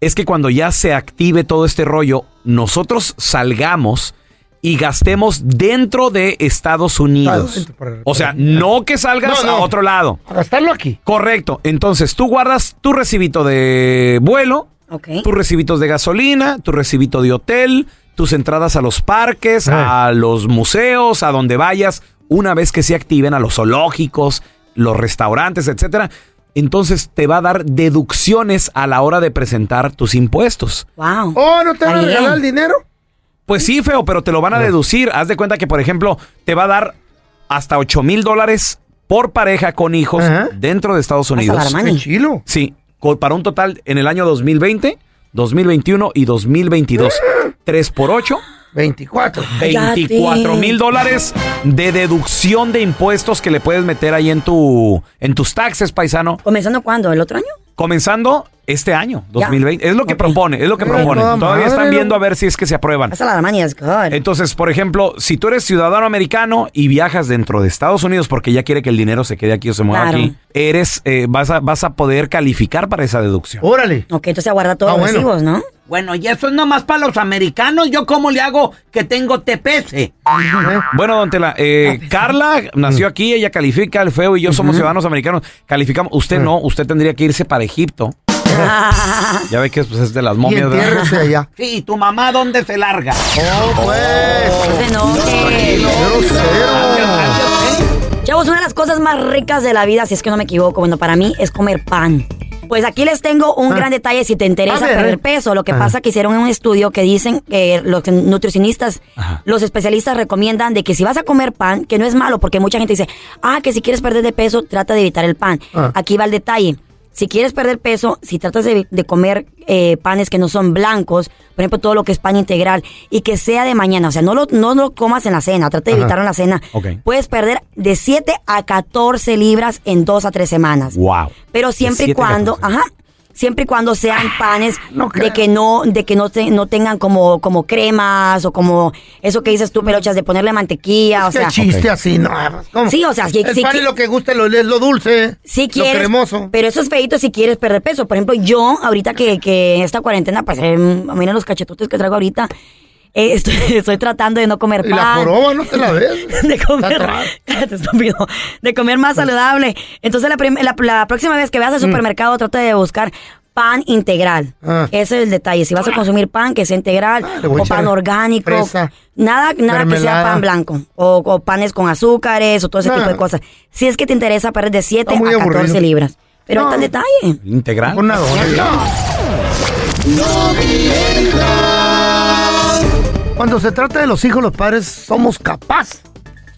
es que cuando ya se active todo este rollo, nosotros salgamos y gastemos dentro de Estados Unidos. O sea, no que salgas
No, no.
a otro lado.
A gastarlo aquí.
Correcto. Entonces, tú guardas tu recibito de vuelo, tus recibitos de gasolina, tu recibito de hotel, tus entradas a los
Eh.
parques, a los museos, a donde vayas, una vez que se activen a los zoológicos, los restaurantes, etcétera. Entonces te va a dar deducciones a la hora de presentar tus impuestos.
Wow.
Oh, ¿no te van a
Está bien.
eh.
regalar el dinero?
Pues sí, feo, pero te lo van a deducir. Haz de cuenta que, por ejemplo, te va a dar hasta 8 mil dólares por pareja con hijos dentro de Estados Unidos.
Salamanca. Qué
Sí, co- para un total en el año 2020, 2021 y 2022. 3 por 8.
24.
24 mil dólares de deducción de impuestos que le puedes meter ahí en tu en tus taxes, paisano.
¿Comenzando cuándo? ¿El otro año?
Comenzando este año,
Ya.
2020. Es lo que propone, es lo que
Ay,
propone.
toda
Todavía están
madre,
viendo
no.
a ver si es que se aprueban.
Hasta la mañana es good.
Entonces, por ejemplo, si tú eres ciudadano americano y viajas dentro de Estados Unidos porque ya quiere que el dinero se quede aquí o se mueva
Claro.
aquí, eres, eh, vas, a, vas a poder calificar para esa deducción.
Órale.
Ok, entonces aguarda todos
Ah,
los recibos, ¿no?
Bueno, y eso es nomás para los americanos. ¿Yo cómo le hago que tengo TPS?
Bueno, don Tela, eh, Carla nació aquí, ella califica, el feo y yo somos ciudadanos americanos, calificamos. Usted no, usted tendría que irse para Egipto.
Ah.
ya ve que pues, es de las momias, ¿verdad?
allá.
Sí, ¿y tu mamá dónde se larga?
¡Oh, pues!
No Chavos, una de las cosas más ricas de la vida, si es que no me equivoco, bueno, para mí es comer pan. Pues aquí les tengo un
Ah.
gran detalle si te interesa
A ver.
perder peso. Lo que
Ah.
pasa que hicieron un estudio que dicen que los nutricionistas, los especialistas recomiendan de que si vas a comer pan, que no es malo, porque mucha gente dice, ah, que si quieres perder de peso, trata de evitar el pan.
Ah.
Aquí va el detalle. Si quieres perder peso, si tratas de, de comer eh, panes que no son blancos, por ejemplo, todo lo que es pan integral, y que sea de mañana, o sea, no lo, no lo comas en la cena, trata de
Ajá.
evitarlo en la cena.
Ok.
Puedes perder de 7 a 14 libras en 2 a 3 semanas.
Wow.
Pero siempre y cuando, ajá, siempre y cuando sean
Ah,
panes de que no, de que no, te- no tengan como, como cremas o como eso que dices tú, pelochas, de ponerle mantequilla, o
Qué
sea.
chiste así, no. ¿cómo?
Sí, o sea, si,
El
si-
pan es lo que gusta, lo, es lo dulce.
si
Lo
quieres,
cremoso.
pero eso es feito si quieres perder peso. Por ejemplo, yo ahorita que, que esta cuarentena, pues eh, miren los cachetotes que traigo ahorita. eh, estoy, estoy tratando de no comer
Y
pan.
la joroba, no te la ves.
De comer,
Está atrás. Pues.
Cállate, estúpido. de comer más saludable. Entonces la, prim- la- la próxima vez que veas al
Mm.
supermercado trata de buscar pan integral. Ese es el detalle. Si vas a consumir pan, que sea integral,
Ah. le voy a
o pan
echar
orgánico,
fresa,
nada, nada que sea
mermelada.
pan blanco, o, o panes con azúcares, o todo ese
No.
tipo de cosas. Si es que te interesa perder de 7 a
muy
14
aburrido.
libras. Pero ahí está el detalle.
Integral.
Cuando se trata de los hijos, los padres somos capaces.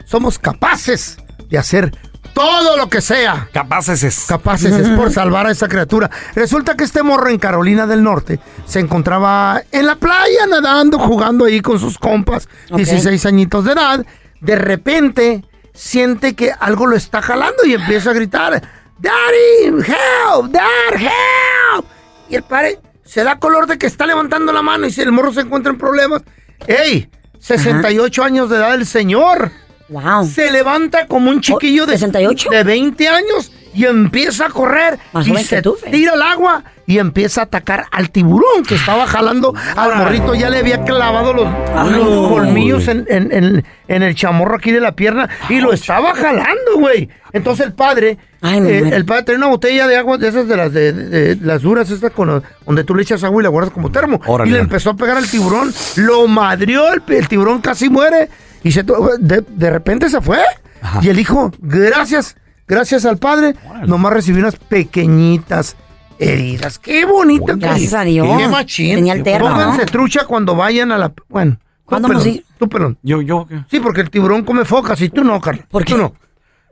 Somos capaces de hacer todo lo que sea.
Capaces es.
Capaces es por salvar a esa criatura. Resulta que este morro en Carolina del Norte se encontraba en la playa nadando, jugando ahí con sus compas,
Ok.
16 añitos de edad. De repente siente que algo lo está jalando y empieza a gritar: Daddy, help, dad, help. Y el padre se da color de que está levantando la mano y si el morro se encuentra en problemas, ¡ey! 68 años de edad el señor.
Wow.
Se levanta como un chiquillo de, de 20 años y empieza a correr
Más
y
joven que
se
tú, Fe.
tira al agua y empieza a atacar al tiburón que estaba jalando al morrito. Ya le había clavado los,
Ah,
los colmillos en, en- en- en el chamorro aquí de la pierna y lo estaba jalando, güey. Entonces el padre,
me
eh,
muero.
el padre tenía una botella de agua de esas de las de, de- de las duras, estas con la- donde tú le echas agua y la guardas como termo. y le empezó a pegar al tiburón, lo madrió, el, el tiburón casi muere y se to- de, de repente se fue. Y el hijo, gracias, gracias al padre, nomás recibió unas pequeñitas heridas. Qué bonita.
Gracias
cosa.
a Dios.
Qué machín.
Tenía el termo,
Pónganse
¿no?
trucha cuando vayan a la... Bueno.
¿Cuándo
tú,
nos
pelón,
i-
tú, pelón.
Yo, yo.
Sí, porque el tiburón come focas y tú no, Carla. ¿Por qué? Tú no.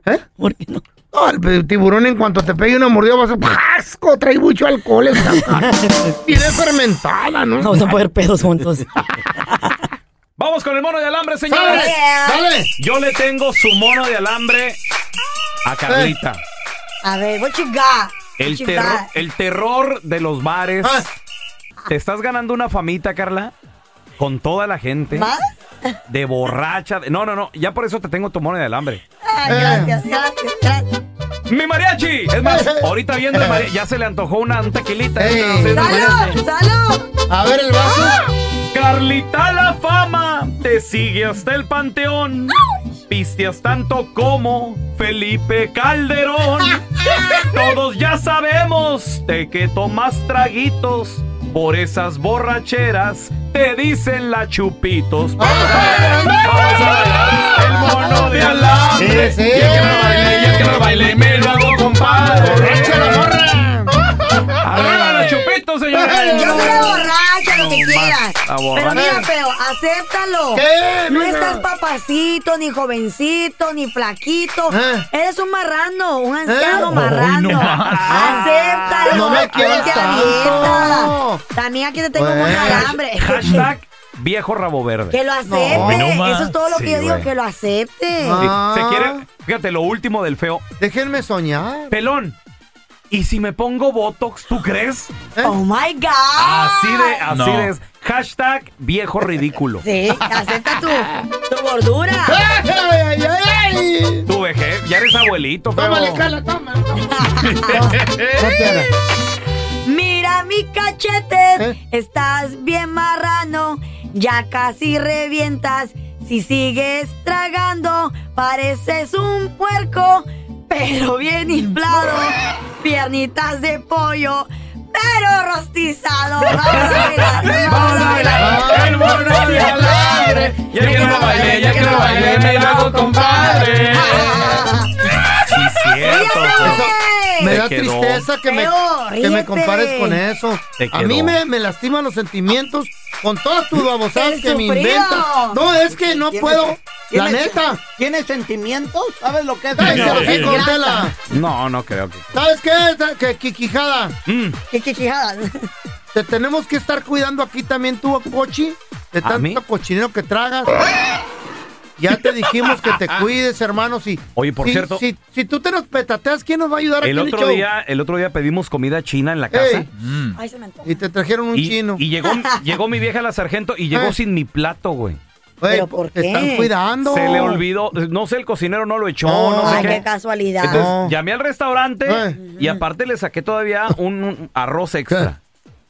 ¿Eh?
¿Por qué no?
No, el pe- tiburón en cuanto te pegue una mordida vas a... ¡Asco! Trae mucho alcohol esta carne. Viene fermentada, ¿no?
Vamos a poner pedos juntos.
Vamos con el mono de alambre, señores.
¡Dale!
Yo le tengo su mono de alambre
Eh.
a Carlita.
A ver, what you got?
El,
What you
terro-
got?
el terror de los bares.
Ah.
Te estás ganando una famita, Carla, con toda la gente.
¿Más?
De borracha. de- No, no, no. Ya por eso te tengo tu mono de alambre.
Ay, gracias, gracias, gracias.
¡Mi mariachi! Es más, ahorita viendo el mariachi, ya se le antojó una un tequilita. ¿eh?
¡Salud! ¡Salud! Ah.
A ver el vaso.
Carlita la fama te sigue hasta el panteón. Pisteas tanto como Felipe Calderón. Todos ya sabemos de que tomas traguitos. Por esas borracheras te dicen la chupitos. Vamos a bailar, vamos a bailar, el mono de alambre.
Sí, sí.
Y el que no lo baile, y el que no lo baile, me lo hago compadre. Arriba los chupitos, señores.
Yo quiero borracha, lo que
No
quieras.
más, Ah, a
Pero
borrar.
mira, feo, acéptalo.
¿Qué,
No
mija?
estás papacito, ni jovencito, ni flaquito. Eres un marrano, un anciano
Ay,
marrano.
no más.
Acéptalo.
No me
ponte
quieras
a
tanto.
dieta. También aquí te tengo
Bueno.
un alambre.
Hashtag viejo rabo verde.
Que lo acepte.
No más.
Eso es todo lo
Sí,
que yo digo,
güey.
que lo acepte.
Sí,
Ah.
Se quiere. Fíjate, lo último del feo.
Déjenme soñar.
Pelón. ¿Y si me pongo Botox, tú crees?
Oh my God.
Así de, así
No.
de es. Hashtag viejo ridículo.
Sí, acepta tu, tu gordura.
ay, ay, ay!
Tú vejez, ya eres abuelito, feo.
Tómale,
Carla, toma.
Mira mi cachete, estás bien marrano, ya casi revientas. Si sigues tragando, pareces un puerco, pero bien inflado. Piernitas de pollo, pero rostizado. Vamos a bailar, vamos a bailar.
El mono de alambre. Ya que no bailé, ya que no bailé, me lo hago compadre.
Sí, cierto.
Eso me
Te
da
quedó.
tristeza que me,
Feo,
que me
ríete.
compares con eso.
Te
A
quedó.
mí me, me lastiman los sentimientos con todas tus babosadas
El
que me
sufrido.
inventas. No, es que no
¿Tienes-
puedo. La
tienes-
neta.
¿Tienes sentimientos? ¿Sabes lo que es?
Ay, se los he
Grasa.
cortela.
No, no creo que.
¿Sabes qué? Ta- Que Kikijada.
Mm.
Que Kikijada.
Te tenemos que estar cuidando aquí también tú, Cochi. De tanto cochinero que tragas. Ya te dijimos que te cuides, hermanos. Y,
Oye, por
si-
cierto-
Si, si tú te nos petateas, ¿quién nos va a ayudar
El
aquí en
otro
el show?
día, el otro día pedimos comida china en la casa.
Ey. Y te trajeron un
Y,
chino.
y llegó, llegó mi vieja la sargento y llegó
Eh.
sin mi plato, güey.
Güey, te están cuidando.
Se le olvidó, no sé, el cocinero no lo echó, no, sé
Ay,
qué.
qué casualidad.
Entonces, llamé al restaurante y aparte le saqué todavía un, un arroz extra.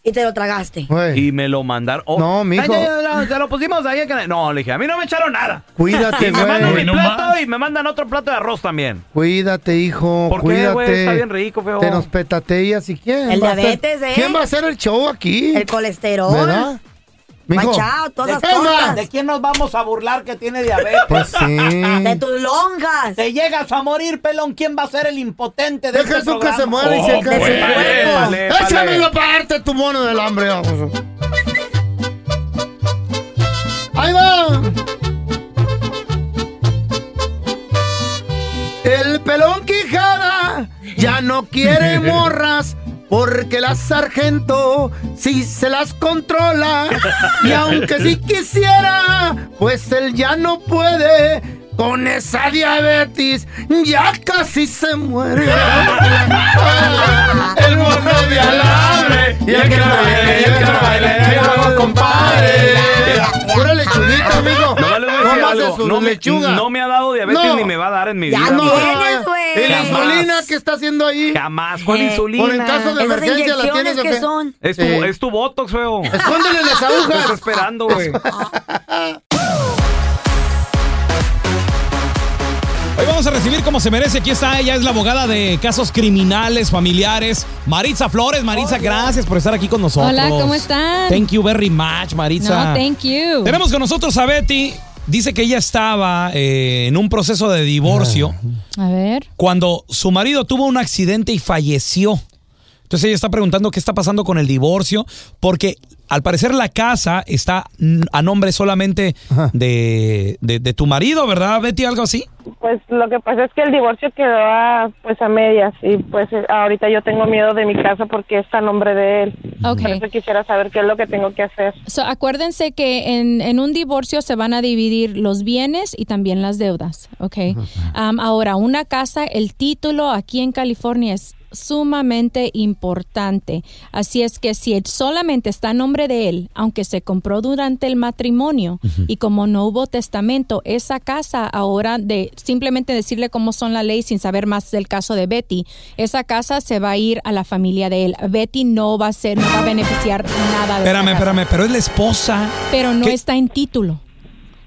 y te lo tragaste.
Y me lo mandaron. oh.
No, mijo.
Ay, ya, ya, ya, ya lo pusimos ahí. en el- No, le dije, a mí no me echaron nada.
Cuídate,
Y me
güey.
mandan mi
Uy, no
plato y me mandan otro plato de arroz también.
Cuídate, hijo.
¿Por qué,
cuídate.
güey? Está bien rico, feo.
Te nos petateas y quién.
El
va a hacer-
diabetes, ¿eh?
¿Quién va a hacer el show aquí?
El colesterol.
¿Verdad? Mijo.
Machado, todas
¿De
las
quién
cosas.
más? ¿De quién nos vamos a burlar que tiene diabetes?
Pues sí.
De tus lonjas.
Te llegas a morir, pelón. ¿Quién va a ser el impotente de
Deja
este
eso que
programa?
se muera y
Oh,
se
De su
cae.
cuerpo.
Échamelo para darte tu mono del hambre, vamos. Ahí va. El pelón Quijada ya no quiere morras porque la sargento sí se las controla. Y aunque sí quisiera, pues él ya no puede. Con esa diabetes ya casi se muere. el mono de alambre y el que baile, y el que baile, y el hago compadre. Pura lechuguita, amigo.
No, le voy a decir
Cómase
algo.
su
No me-
lechuga.
no me ha dado diabetes ni me va a dar en mi vida,
no.
amigo.
Y la
Jamás.
insulina que está haciendo ahí.
Jamás, ¿cuál insulina?
Por en caso de
Esas
emergencia la tienes
inyecciones
o
que
qué?
son. Es tu,
Sí.
es tu botox, feo.
Escóndele las agujas.
Estás esperando, güey.
Hoy vamos a recibir como se merece. Aquí está, ella es la abogada de casos criminales, familiares, Maritza Flores. Maritza, gracias por estar aquí con nosotros.
Hola, ¿cómo están?
Thank you very much, Maritza.
No, thank you.
Tenemos con nosotros a Betty. Dice que ella estaba eh, en un proceso de divorcio
A ver.
cuando su marido tuvo un accidente y falleció. Entonces ella está preguntando qué está pasando con el divorcio, porque al parecer la casa está mm, a nombre solamente de, de- de tu marido, ¿verdad, Betty? Algo así.
Pues lo que pasa es que el divorcio quedó a, pues a medias y pues eh, ahorita yo tengo miedo de mi casa porque está a nombre de él.
Ok.
Por eso quisiera saber qué es lo que tengo que hacer.
So, acuérdense que en, en un divorcio se van a dividir los bienes y también las deudas, ¿ok? Am, ahora, una casa, el título aquí en California es sumamente importante. Así es que si él solamente está a nombre de él, aunque se compró durante el matrimonio y como no hubo testamento, esa casa ahora de simplemente decirle cómo son la ley sin saber más del caso de Betty, esa casa se va a ir a la familia de él. Betty no va a ser, no va a beneficiar nada de
Espérame,
esa casa.
espérame, pero es la esposa.
Pero no
¿Qué?
está en título.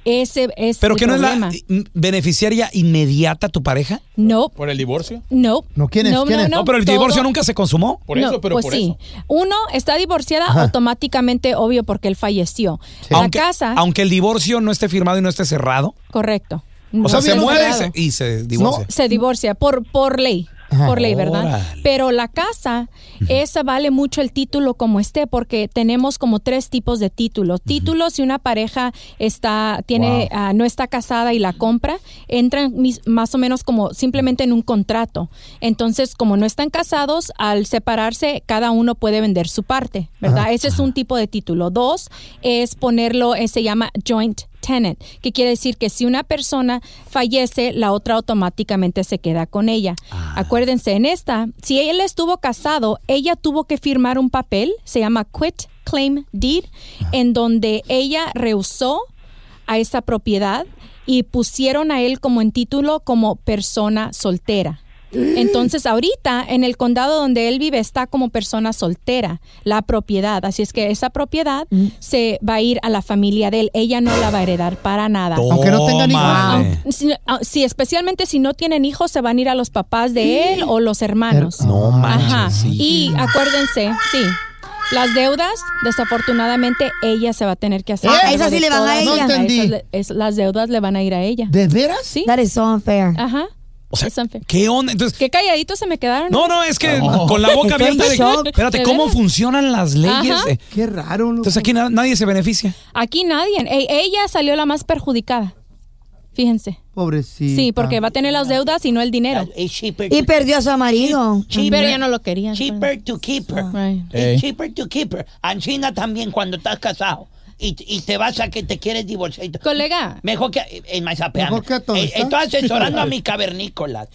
Ese es
¿Pero
el
que no es
problema.
la mm, beneficiaria inmediata tu pareja?
No.
¿Por el divorcio?
No.
No,
¿quién es? No, ¿Quién no, es? no,
pero el
todo-
divorcio nunca se consumó.
No, pues sí. Uno está divorciada
Ajá.
automáticamente, obvio, porque él falleció. La
Aunque,
casa,
aunque el divorcio no esté firmado y no esté cerrado.
correcto.
O sea,
No
se
está
muere y
cerrado.
se, y se divorcia.
Se divorcia por, por ley.
Ajá.
Por ley, ¿verdad?
Órale.
Pero la casa, esa vale mucho el título como esté, porque tenemos como tres tipos de títulos. Títulos si una pareja está, tiene, ah, no está casada y la compra, entran mis- más o menos como simplemente en un contrato. Entonces, como no están casados, al separarse, cada uno puede vender su parte, ¿verdad? Ese es un tipo de título. Dos es ponerlo, eh, se llama joint tenant, que quiere decir que si una persona fallece, la otra automáticamente se queda con ella. Acuérdense, en esta, si él estuvo casado, ella tuvo que firmar un papel, se llama quit claim deed, en donde ella rehusó a esa propiedad y pusieron a él como en título como persona soltera. Entonces ahorita en el condado donde él vive está como persona soltera la propiedad, así es que esa propiedad
Mm.
se va a ir a la familia de él, ella no la va a heredar para nada.
Aunque no tengan hijos. Tómale.
Aun- Si, ah, si especialmente si no tienen hijos se van a ir a los papás de él o los
Ah,
hermanos.
No manches,
Ajá.
sí.
Y acuérdense, sí. Las deudas, desafortunadamente, ella se va a tener que hacer.
Ah,
cargo
esas sí
de
le van a
todas.
ella. No entendí.
Esas le- es- las deudas le van a ir a ella.
¿De veras?
Sí.
That is so unfair.
Ajá.
O sea,
It's unfair.
¿Qué onda? Entonces,
Qué calladitos se me quedaron. ¿eh?
no, no, es que con la boca
Estoy en
abierta. de-
shock.
espérate,
¿De
¿cómo
veras?
funcionan las leyes?
eh.
Ajá.
Qué raro. Entonces aquí na- nadie se beneficia.
Aquí nadie. E- ella salió la más perjudicada. Fíjense.
Pobrecita.
Sí,
ah.
porque va a tener las deudas y no el dinero.
Y perdió a su marido.
Pero ya no lo quería. pues. Ah.
Cheaper to keeper.
Ey.
It's cheaper to keeper. En China también cuando estás casado. Y, y te vas a que te quieres divorciar.
Colega.
Mejor que eh, en Mazapeame.
Mejor que a todo
Eh,
está.
Estoy asesorando a mi cavernícolas.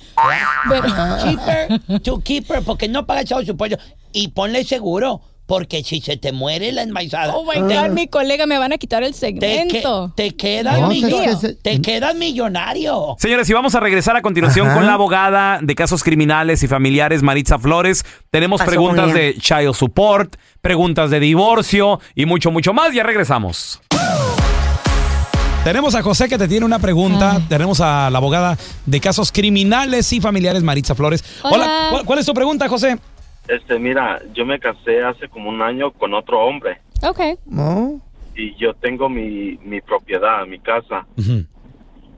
Pero-
Cheaper to keeper porque no pagas todo su pollo. Y ponle seguro. Porque si se te muere la enmaizada.
Oh my God, mi colega, me van a quitar el
Te, que-
segmento.
te quedas
No,
millo-
es que
te quedas millonario.
Señores, y vamos a regresar a continuación con la abogada de casos criminales y familiares, Maritza Flores. Tenemos
Pasó
preguntas
muy
de
bien.
child support, preguntas de divorcio y mucho, mucho más. Ya regresamos.
Tenemos a José que te tiene una pregunta. Tenemos a la abogada de casos criminales y familiares, Maritza Flores. Hola, ¿cuál, cuál es tu pregunta, José?
Este, mira, yo me casé hace como un año con otro hombre
Ok.
y yo tengo mi, mi propiedad, mi casa.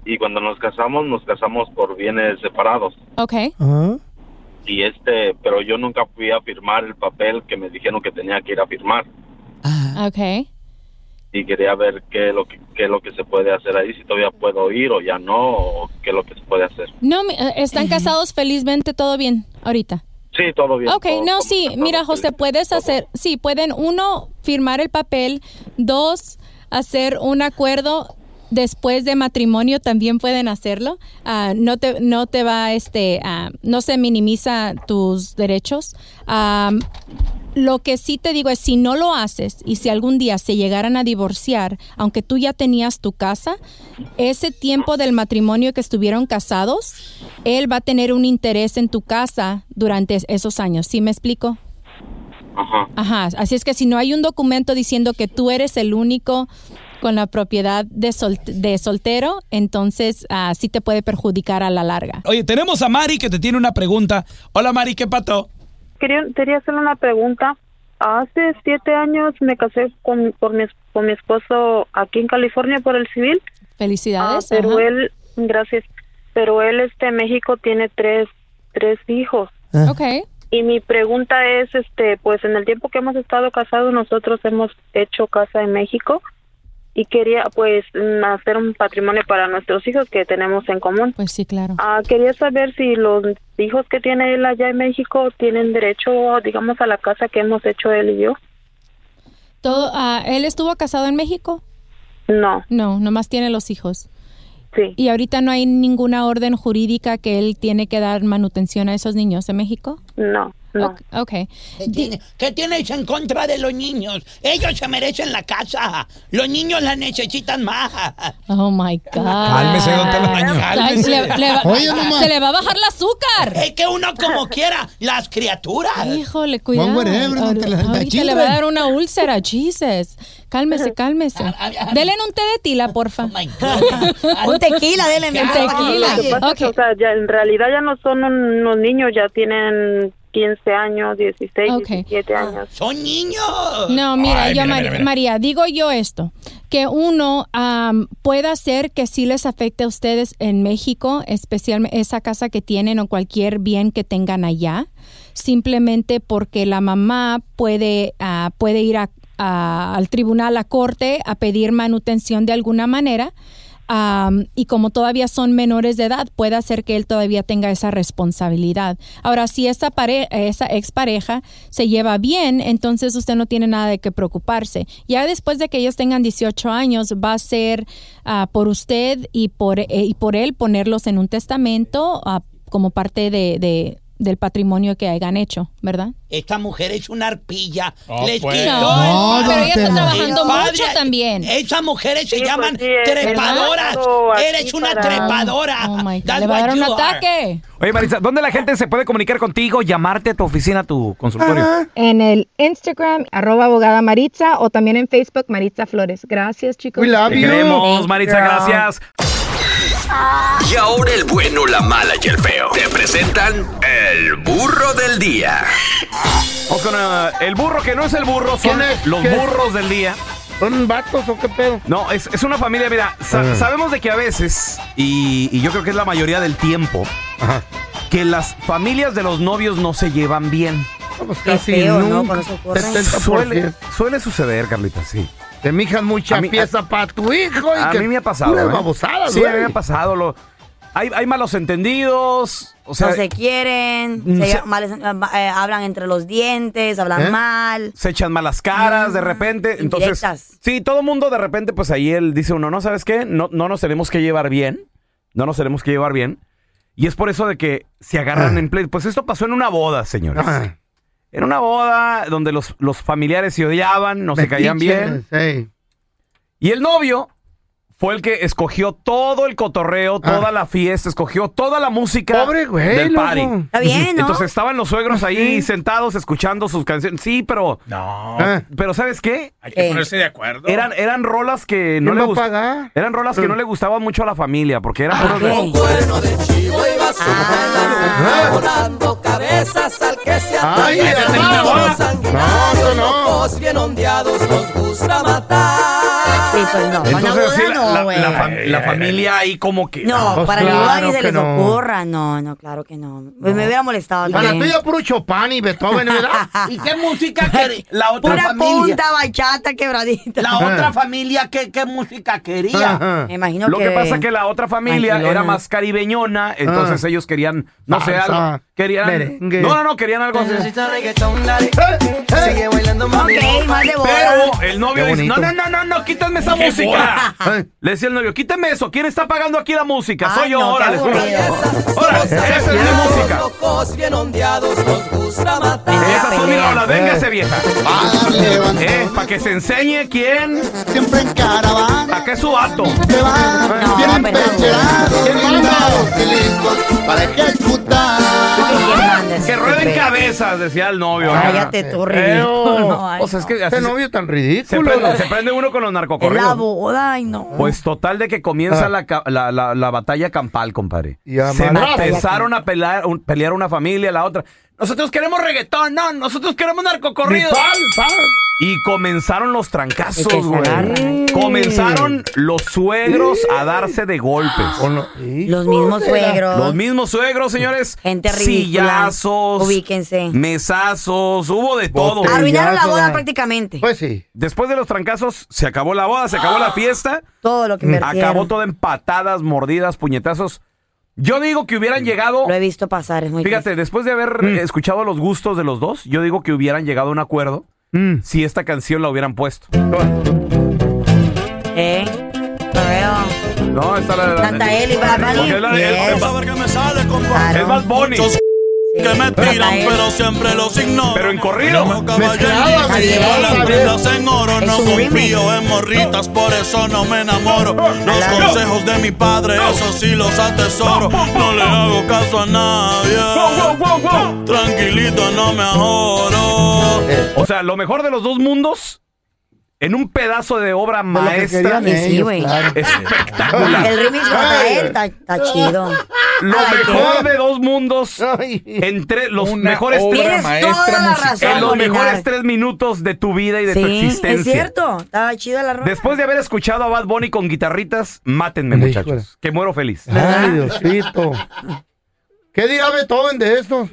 Y cuando nos casamos, nos casamos por bienes separados.
Ok.
Y este, pero yo nunca fui a firmar el papel que me dijeron que tenía que ir a firmar.
Ok.
Y quería ver qué es lo que, qué es lo que se puede hacer ahí, si todavía puedo ir o ya no, o qué es lo que se puede hacer.
No, mi- eh, están casados felizmente, todo bien ahorita.
Sí, todo bien.
Ok,
todo
no,
como
sí,
casado,
mira, José,
feliz.
puedes hacer, sí, pueden, uno, firmar el papel, dos, hacer un acuerdo después de matrimonio, también pueden hacerlo. Ah, no, te, no te va, este, ah, no se minimiza tus derechos. Ah, lo que sí te digo es, si no lo haces y si algún día se llegaran a divorciar, aunque tú ya tenías tu casa, ese tiempo del matrimonio que estuvieron casados, él va a tener un interés en tu casa durante es- esos años. ¿Sí me explico? Ajá. Así es que si no hay un documento diciendo que tú eres el único con la propiedad de, sol- de soltero, entonces ah, sí te puede perjudicar a la larga.
Oye, tenemos a Mari que te tiene una pregunta. Hola, Mari, ¿qué pato?
Quería, quería hacerle una pregunta. Hace siete años me casé con, por mi, con mi esposo aquí en California por el civil.
Felicidades.
Ah, pero
ajá.
él, gracias, pero él este en México tiene tres, tres hijos.
Ah.
Ok.
Y mi pregunta es, este, pues en el tiempo que hemos estado casados nosotros hemos hecho casa en México y quería pues mm, hacer un patrimonio para nuestros hijos que tenemos en común.
Pues sí, claro.
Ah, quería saber si los hijos que tiene él allá en México tienen derecho, digamos, a la casa que hemos hecho él y yo.
Todo, ah, ¿Él estuvo casado en México?
No.
No, nomás tiene los hijos.
Sí.
¿Y ahorita no hay ninguna orden jurídica que él tiene que dar manutención a esos niños en México?
No,
no. Ok.
¿Qué, tiene- qué tienes en contra de los niños? Ellos se merecen la casa. Los niños la necesitan más.
Oh my God.
Cálmese, don Tela Baño.
Ay,
Cálmese.
le- le va-
Oye, nomás.
se le va a bajar el azúcar.
Es que uno como quiera, las criaturas.
Híjole, cuidado.
One whatever, don
Ahor-
Tela-
Ahorita
children.
le va a dar una úlcera, Jesus. Cálmese, cálmese. Dele un té de tila, porfa.
Oh
Un tequila, dele, mi
Un
papá. Lo que
tequila.
pasa es que, o sea, ya en realidad ya no son un- unos niños, ya tienen 15 años, 16, 17 años.
Son niños.
No, mira, yo, Mari- María, digo yo esto, que uno am, pueda ser que sí les afecte a ustedes en México, especialmente esa casa que tienen o cualquier bien que tengan allá, simplemente porque la mamá puede, ah, puede ir a- a- al tribunal, a corte, a pedir manutención de alguna manera. Am, y como todavía son menores de edad, puede hacer que él todavía tenga esa responsabilidad. Ahora, si esa, pare- esa expareja se lleva bien, entonces usted no tiene nada de qué preocuparse. Ya después de que ellos tengan 18 años, va a ser ah, por usted y por, eh, y por él ponerlos en un testamento ah, como parte de- de- del patrimonio que hayan hecho, ¿verdad?
Esta mujer es una arpilla.
Oh,
Les
pues.
quitó
No,
el
no, pero ella está
el
trabajando
Eh, padre.
mucho también.
Esas mujeres se
Sí, pues,
llaman
sí, es
trepadoras.
verdad.
Eres una
para-
trepadora.
Oh my God,
That's
le va a
what
dar un
you are.
ataque.
Oye, Maritza, ¿dónde la gente se puede comunicar contigo, llamarte a tu oficina, a tu consultorio?
Ah,
En el Instagram, arroba abogada Maritza, o también en Facebook, Maritza Flores. Gracias, chicos.
Te queremos, Maritza, gracias.
Y ahora el bueno, la mala y el feo. Te presentan el burro del día.
Vamos con eh, el burro que no es el burro, son
¿Quién es?
los
¿Qué?
burros del día.
¿Son vatos o qué pedo?
No, es, es una familia, mira, sa-
Ah.
sabemos de que a veces, y, y yo creo que es la mayoría del tiempo, que las familias de los novios no se llevan bien.
pues casi feo, ¿no? nunca. Cuando eso ocurre. 70%.
Suele, suele suceder, Carlita, sí.
Te mijas mucha
A mí-
pieza para tu hijo. Y
a
pues, que
mí me ha pasado.
puras
¿eh?
babosadas,
sí, a mí
güey.
me ha pasado. lo- hay, hay malos entendidos. O sea,
no se quieren,
Mm,
se
se-
llevan mal- eh, hablan entre los dientes, hablan
¿Eh?
mal.
se echan malas caras de repente. Entonces,
indirectas.
sí, todo mundo de repente, pues ahí él dice uno, no, ¿sabes qué? No, no nos tenemos que llevar bien. No nos tenemos que llevar bien. Y es por eso de que se agarran en play. Pues esto pasó en una boda, señores. En una boda donde los, los familiares se odiaban, no se caían bien. Y el novio fue el que escogió todo el cotorreo, toda la fiesta, escogió toda la música
güey,
del
loco.
party.
Está bien, ¿no?
Entonces estaban los suegros ahí
Sí.
sentados escuchando sus canciones. Sí, pero. ah,
No.
Pero ¿sabes qué?
Hay que ponerse de acuerdo.
Eran, eran rolas que no
¿Quién
le
va a
gust-
pagar?
Eran rolas que no le gustaban mucho a la familia, porque
Ah,
eran puros de-
Volando cabezas al que se
Ay, ay,
atreve.
ay.
Los
no.
sanguinarios, locos bien ondeados, nos gusta matar.
Entonces, sí, la- la,
güey.
la fam- la familia ahí como que.
No,
Pues
para
claro
ningún nadie se
que
les
no.
ocurra. No, no, claro que no. Pues me hubiera molestado.
Para la
también.
tuya puro Chopin y Beethoven, ¿verdad?
¿Y qué música que la otra
Pura
familia?
punta, bachata, quebradita.
La otra familia, ¿qué, qué música quería?
Me imagino
Lo que pasa que la otra familia
Tranquilona.
era más caribeñona, entonces
Ah.
ellos querían, no
Ah,
sé,
Salsa,
algo. Querían.
merengue.
No, no, no, querían algo así.
Eh, Sigue bailando mami.
Ok, más de
Pero el novio
Qué
dice, no,
bonito.
no, no, no, no, quítame esa
Qué
música. Le decía el novio, quítame eso, ¿quién está pagando aquí la música? Soy yo,
no, qué
órale.
aburrido.
Órale, esa es mi música.
Locos bien ondeados, nos gusta matar.
Esa son mis rolas, véngase vieja. Eh, para que se enseñe quién. Siempre en caravana. Acá es su vato.
Bien empecherados, blindados y listos para ejecutar.
Que rueden cabezas, decía el novio.
Cállate
acá.
tú, ridículo.
Eo.
No, ay,
o sea, es que
no.
así
Este
se-
novio
tan
Se
ridículo.
prende, se prende uno con los
Es la
narcocorridos.
boda, ay no.
Pues total de que comienza la, ca- la- la- la batalla campal, compadre.
a
se
madrazos.
empezaron a pelear, un- pelear una familia, la otra. Nosotros queremos reggaetón, no, nosotros queremos narcocorridos. Y comenzaron los
Es que
trancazos,
se
güey.
agarran.
Comenzaron los suegros a darse de golpes.
Los mismos suegros.
Los mismos suegros, señores.
Gente ridícula.
Pues, Sillazos.
Ubíquense.
Mesazos. Hubo de todo. eh.
Arruinaron la boda prácticamente.
Pues sí.
Después de los trancazos, se acabó la boda, se acabó la fiesta.
Todo lo que invirtieron.
Acabó todo en patadas, mordidas, puñetazos. Yo digo que hubieran llegado. Lo
he visto pasar, es muy
Fíjate, después de haber
Mm.
escuchado los gustos de los dos, yo digo que hubieran llegado a un acuerdo
Mm.
si esta canción la hubieran puesto.
¿Eh?
No, esta la
Canta él y Bad Bunny.
Porque es la de-
Yes.
Es más Bunny.
Que me tiran, pero siempre los ignoro. Pero en corrido. No me
Mezclado,
caballan ni
mezclado,
llevo las
mezclado.
prendas en oro.
Es
No
un
confío en morritas, por eso no me enamoro. Los consejos de mi padre, eso sí los atesoro. No le hago caso a nadie. Tranquilito, no me ahorro.
O sea, lo mejor de los dos mundos en un pedazo de obra
lo que
maestra.
querían Sí, ellos, güey. claro.
Espectacular.
El remix para él está, está chido.
Lo
Ay,
mejor de dos mundos entre los
Una
mejores
obra
tres,
maestra Tienes toda la musical. razón,
en los
Molinar.
mejores tres minutos de tu vida y de tu
Sí, es
existencia.
cierto. Estaba chida la rola.
Después de haber escuchado a Bad Bunny con guitarritas, mátenme, muchachos. Que muero feliz.
Ay, Diosito. ¿Qué dirá Beethoven de esto?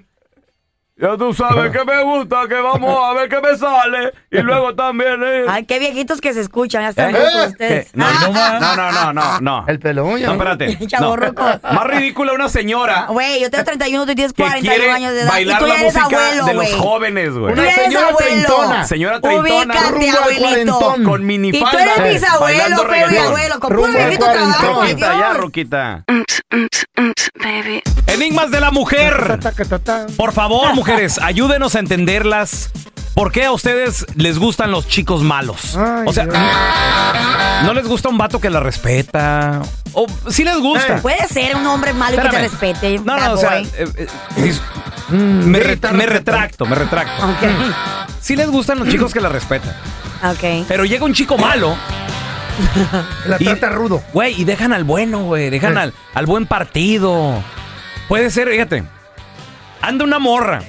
Ya tú sabes que me gusta, que vamos a ver qué me sale. Y luego también.
Ay, qué viejitos que se escuchan. Ya están
¿Eh?
locos
¿Qué?
ustedes. Ah.
No, no, no, no, no, no. El pelón
ya.
No, espérate. no.
Chavorruco.
Más ridícula una señora
Güey, yo tengo 31, tú tienes
que
41
quiere
años de edad. y
bailar
tú
la
ya eres
música
abuelo,
de los
güey.
jóvenes, güey.
Tú ya eres abuelo.
Señora treintona.
Ubícate, abuelito.
Con minifalda.
Y tú eres bisabuelo,
bailando
feo y
reggaetón.
abuelo. Con puro viejito trabajo, ay,
Roquita, ya,
Dios.
Roquita. Enigmas de la mujer.
Por favor, mujeres, ayúdenos a entenderlas. ¿Por qué a ustedes les gustan los chicos malos? o sea, no les gusta un vato que la respeta.
Oh,
O sí les gusta.
Puede ser un hombre malo y que te
Espérame.
respete.
No, no, o sea, eh, eh, dis- me, re- me retracto, me retracto. Sí les gustan los chicos que la respetan.
Ok.
Pero llega un chico malo. La trata
rudo.
Güey, y dejan al bueno, güey. Dejan al, al buen partido. Puede ser, fíjate. Anda una morra.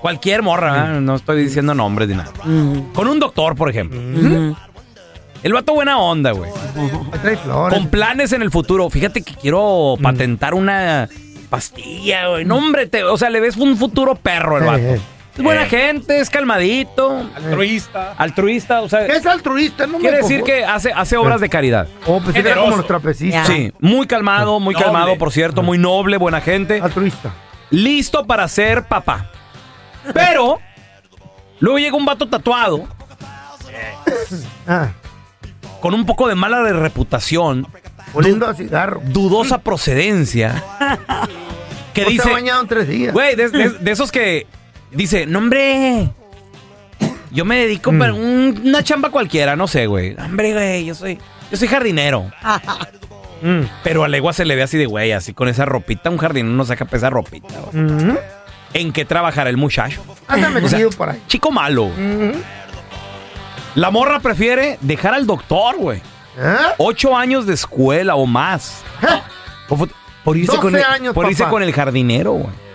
Cualquier morra, ¿verdad? no estoy diciendo nombres ni nada. Con un doctor, por ejemplo. El vato buena onda, güey. Con planes en el futuro. Fíjate que quiero patentar una pastilla, güey. No, hombre, te- o sea, le ves un futuro perro el vato. Es buena gente, es calmadito.
Altruista.
Altruista, o sea.
¿Qué es altruista? No me
Quiere decir
confundo.
que hace, hace obras de caridad.
Oh, pues era como los trapecistas.
Sí, muy calmado, muy calmado, por cierto, muy noble, buena gente.
Altruista.
Listo para ser papá. Pero luego llega un vato tatuado
Ah,
con un poco de mala de reputación,
oliendo a cigarro.
dudosa procedencia, que
No se
dice,
ha bañado en tres días.
güey, de, de- de esos que
Dice, no hombre, yo me dedico
Mm.
para un- una chamba cualquiera, no sé, güey. No, Hombre, güey, yo soy, yo soy jardinero.
Mm.
Pero a Legua se le ve así de güey, así con esa ropita. Un jardinero no saca pa' esa ropita. güey. ¿En qué trabajará el muchacho?
Anda
O sea,
metido por ahí.
Chico malo. güey. La morra prefiere dejar al doctor, güey.
¿Ah?
Ocho años de escuela o más. O fu- Por irse,
12
con el,
años,
por irse
papá.
con el jardinero, güey.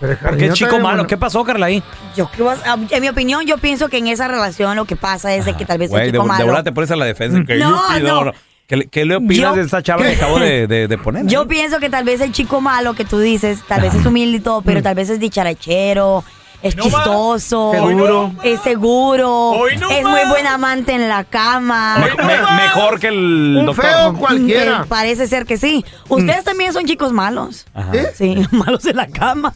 Porque
jardinero
es chico
también,
malo.
bueno.
¿Qué pasó, Carla, ahí?
Yo, creo- en mi opinión, yo pienso que en esa relación lo que pasa es de que tal vez
Ah, Güey,
el
de,
chico
de
malo. Mm.
volada te pones a la defensa. que
No,
lúpido,
no.
¿Qué, le- qué le opinas
Yo-
de esta chava que acabo de, de- de poner? ¿eh?
Yo pienso que tal vez el chico malo que tú dices, tal vez es humilde y todo,
Mm.
pero tal vez es dicharachero, es chistoso,
Seguro.
es seguro,
Hoy no
es muy buen amante en la cama.
Me- me- mejor que el doctor. Mm.
Eh, parece ser que sí. Ustedes también son chicos malos.
Ajá.
¿Eh? Sí, malos en la cama.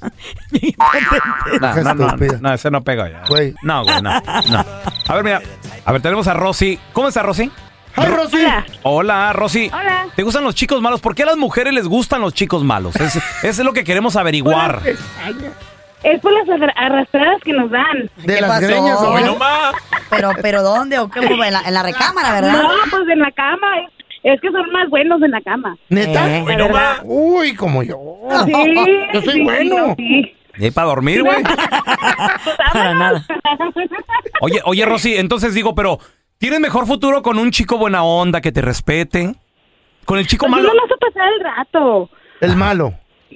No, no, no, no, ese no pega ya. No, güey, no, no. A ver, mira. A ver, tenemos a Rosy. ¿Cómo está Rosy?
Rosy!
Hola, Rosy. Hola. ¿Te gustan los chicos malos? ¿Por qué a las mujeres les gustan los chicos malos? Es- Eso es lo que queremos averiguar.
Es por las arra- arrastradas que nos dan.
¿Qué pasó?
Hoy no más.
Pero, pero ¿dónde? ¿O cómo? En la, en la recámara, ¿verdad?
No, pues en la cama. Es, es que son más buenos en la cama.
¿Neta?
La Eh, verdad.
Uy, como yo.
Ah,
Sí,
Yo soy
sí,
bueno.
sí.
¿Y para dormir, güey?
Para
nada. Oye, oye, Rosy, entonces digo, pero ¿tienes mejor futuro con un chico buena onda que te respete? Con el chico
Pues
malo.
yo nomás para pasar el rato.
El malo.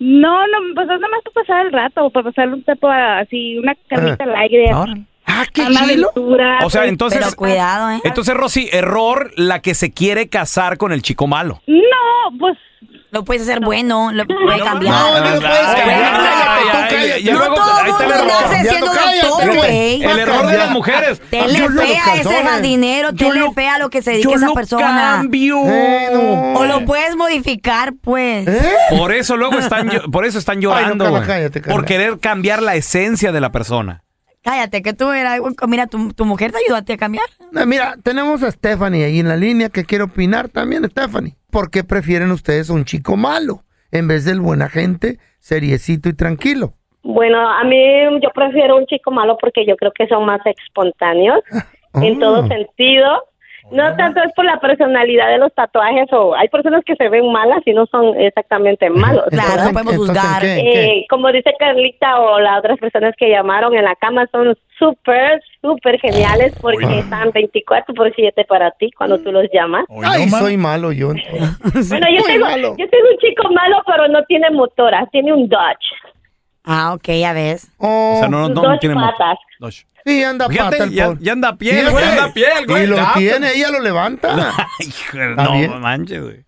no, no, pues es nomás para pasar el rato, para pasar un tiempo así, una carnita al aire.
Ah,
qué Una aventura.
O sea,
pues,
entonces.
¿eh?
Entonces, Rosy, error la que se quiere casar con el chico malo.
No, pues.
Lo puedes hacer bueno, lo puede cambiar.
No, no lo puedes
Ay,
cambiar.
ay,
Cállate, tú
ay,
cállate.
ay,
Ya
No
luego-
todo
ahí está el
mundo
error.
nace
Ya
siendo
no, cállate,
doctor,
güey.
güey.
El error de las mujeres.
Te le
Yo lo-
fea a ese
calzones.
jardinero, te le fea a lo que se dedica
yo
esa
lo
persona.
cambio. Eh, no.
O lo puedes modificar, pues.
Por eso luego están, llo- por eso están llorando,
Carla,
güey.
cállate, Carla.
por querer cambiar la esencia de la persona.
Cállate, que tú eras. Mira, tu, tu mujer te ayudó a ti a cambiar.
No, mira, tenemos a Stephanie ahí en la línea que quiere opinar también, Stephanie. ¿Por qué prefieren ustedes un chico malo en vez del buena gente, seriecito y tranquilo?
Bueno, a mí yo prefiero un chico malo porque yo creo que son más espontáneos en todo sentido. No tanto es por la personalidad de los tatuajes o hay personas que se ven malas y no son exactamente malos.
Claro, no podemos juzgar.
Eh, como dice Carlita o las otras personas que llamaron en la cama son súper, súper geniales porque están 24 por 7 para ti cuando tú los llamas.
Ay, soy malo yo. entonces.
Bueno, yo
Muy
tengo,
malo.
yo tengo un chico malo, pero no tiene motora, tiene un Dodge.
Ah, ok, ya ves.
O
sea, no- no- no
Dos
tiene mo-
patas.
Sí, anda
Fíjate,
pata el
ya,
pobre.
ya anda a
Sí,
piel, güey.
güey.
Anda a piel, güey.
Y lo
Ya,
tiene,
pues.
ella lo levanta. Oh,
Hijo, no manches, güey.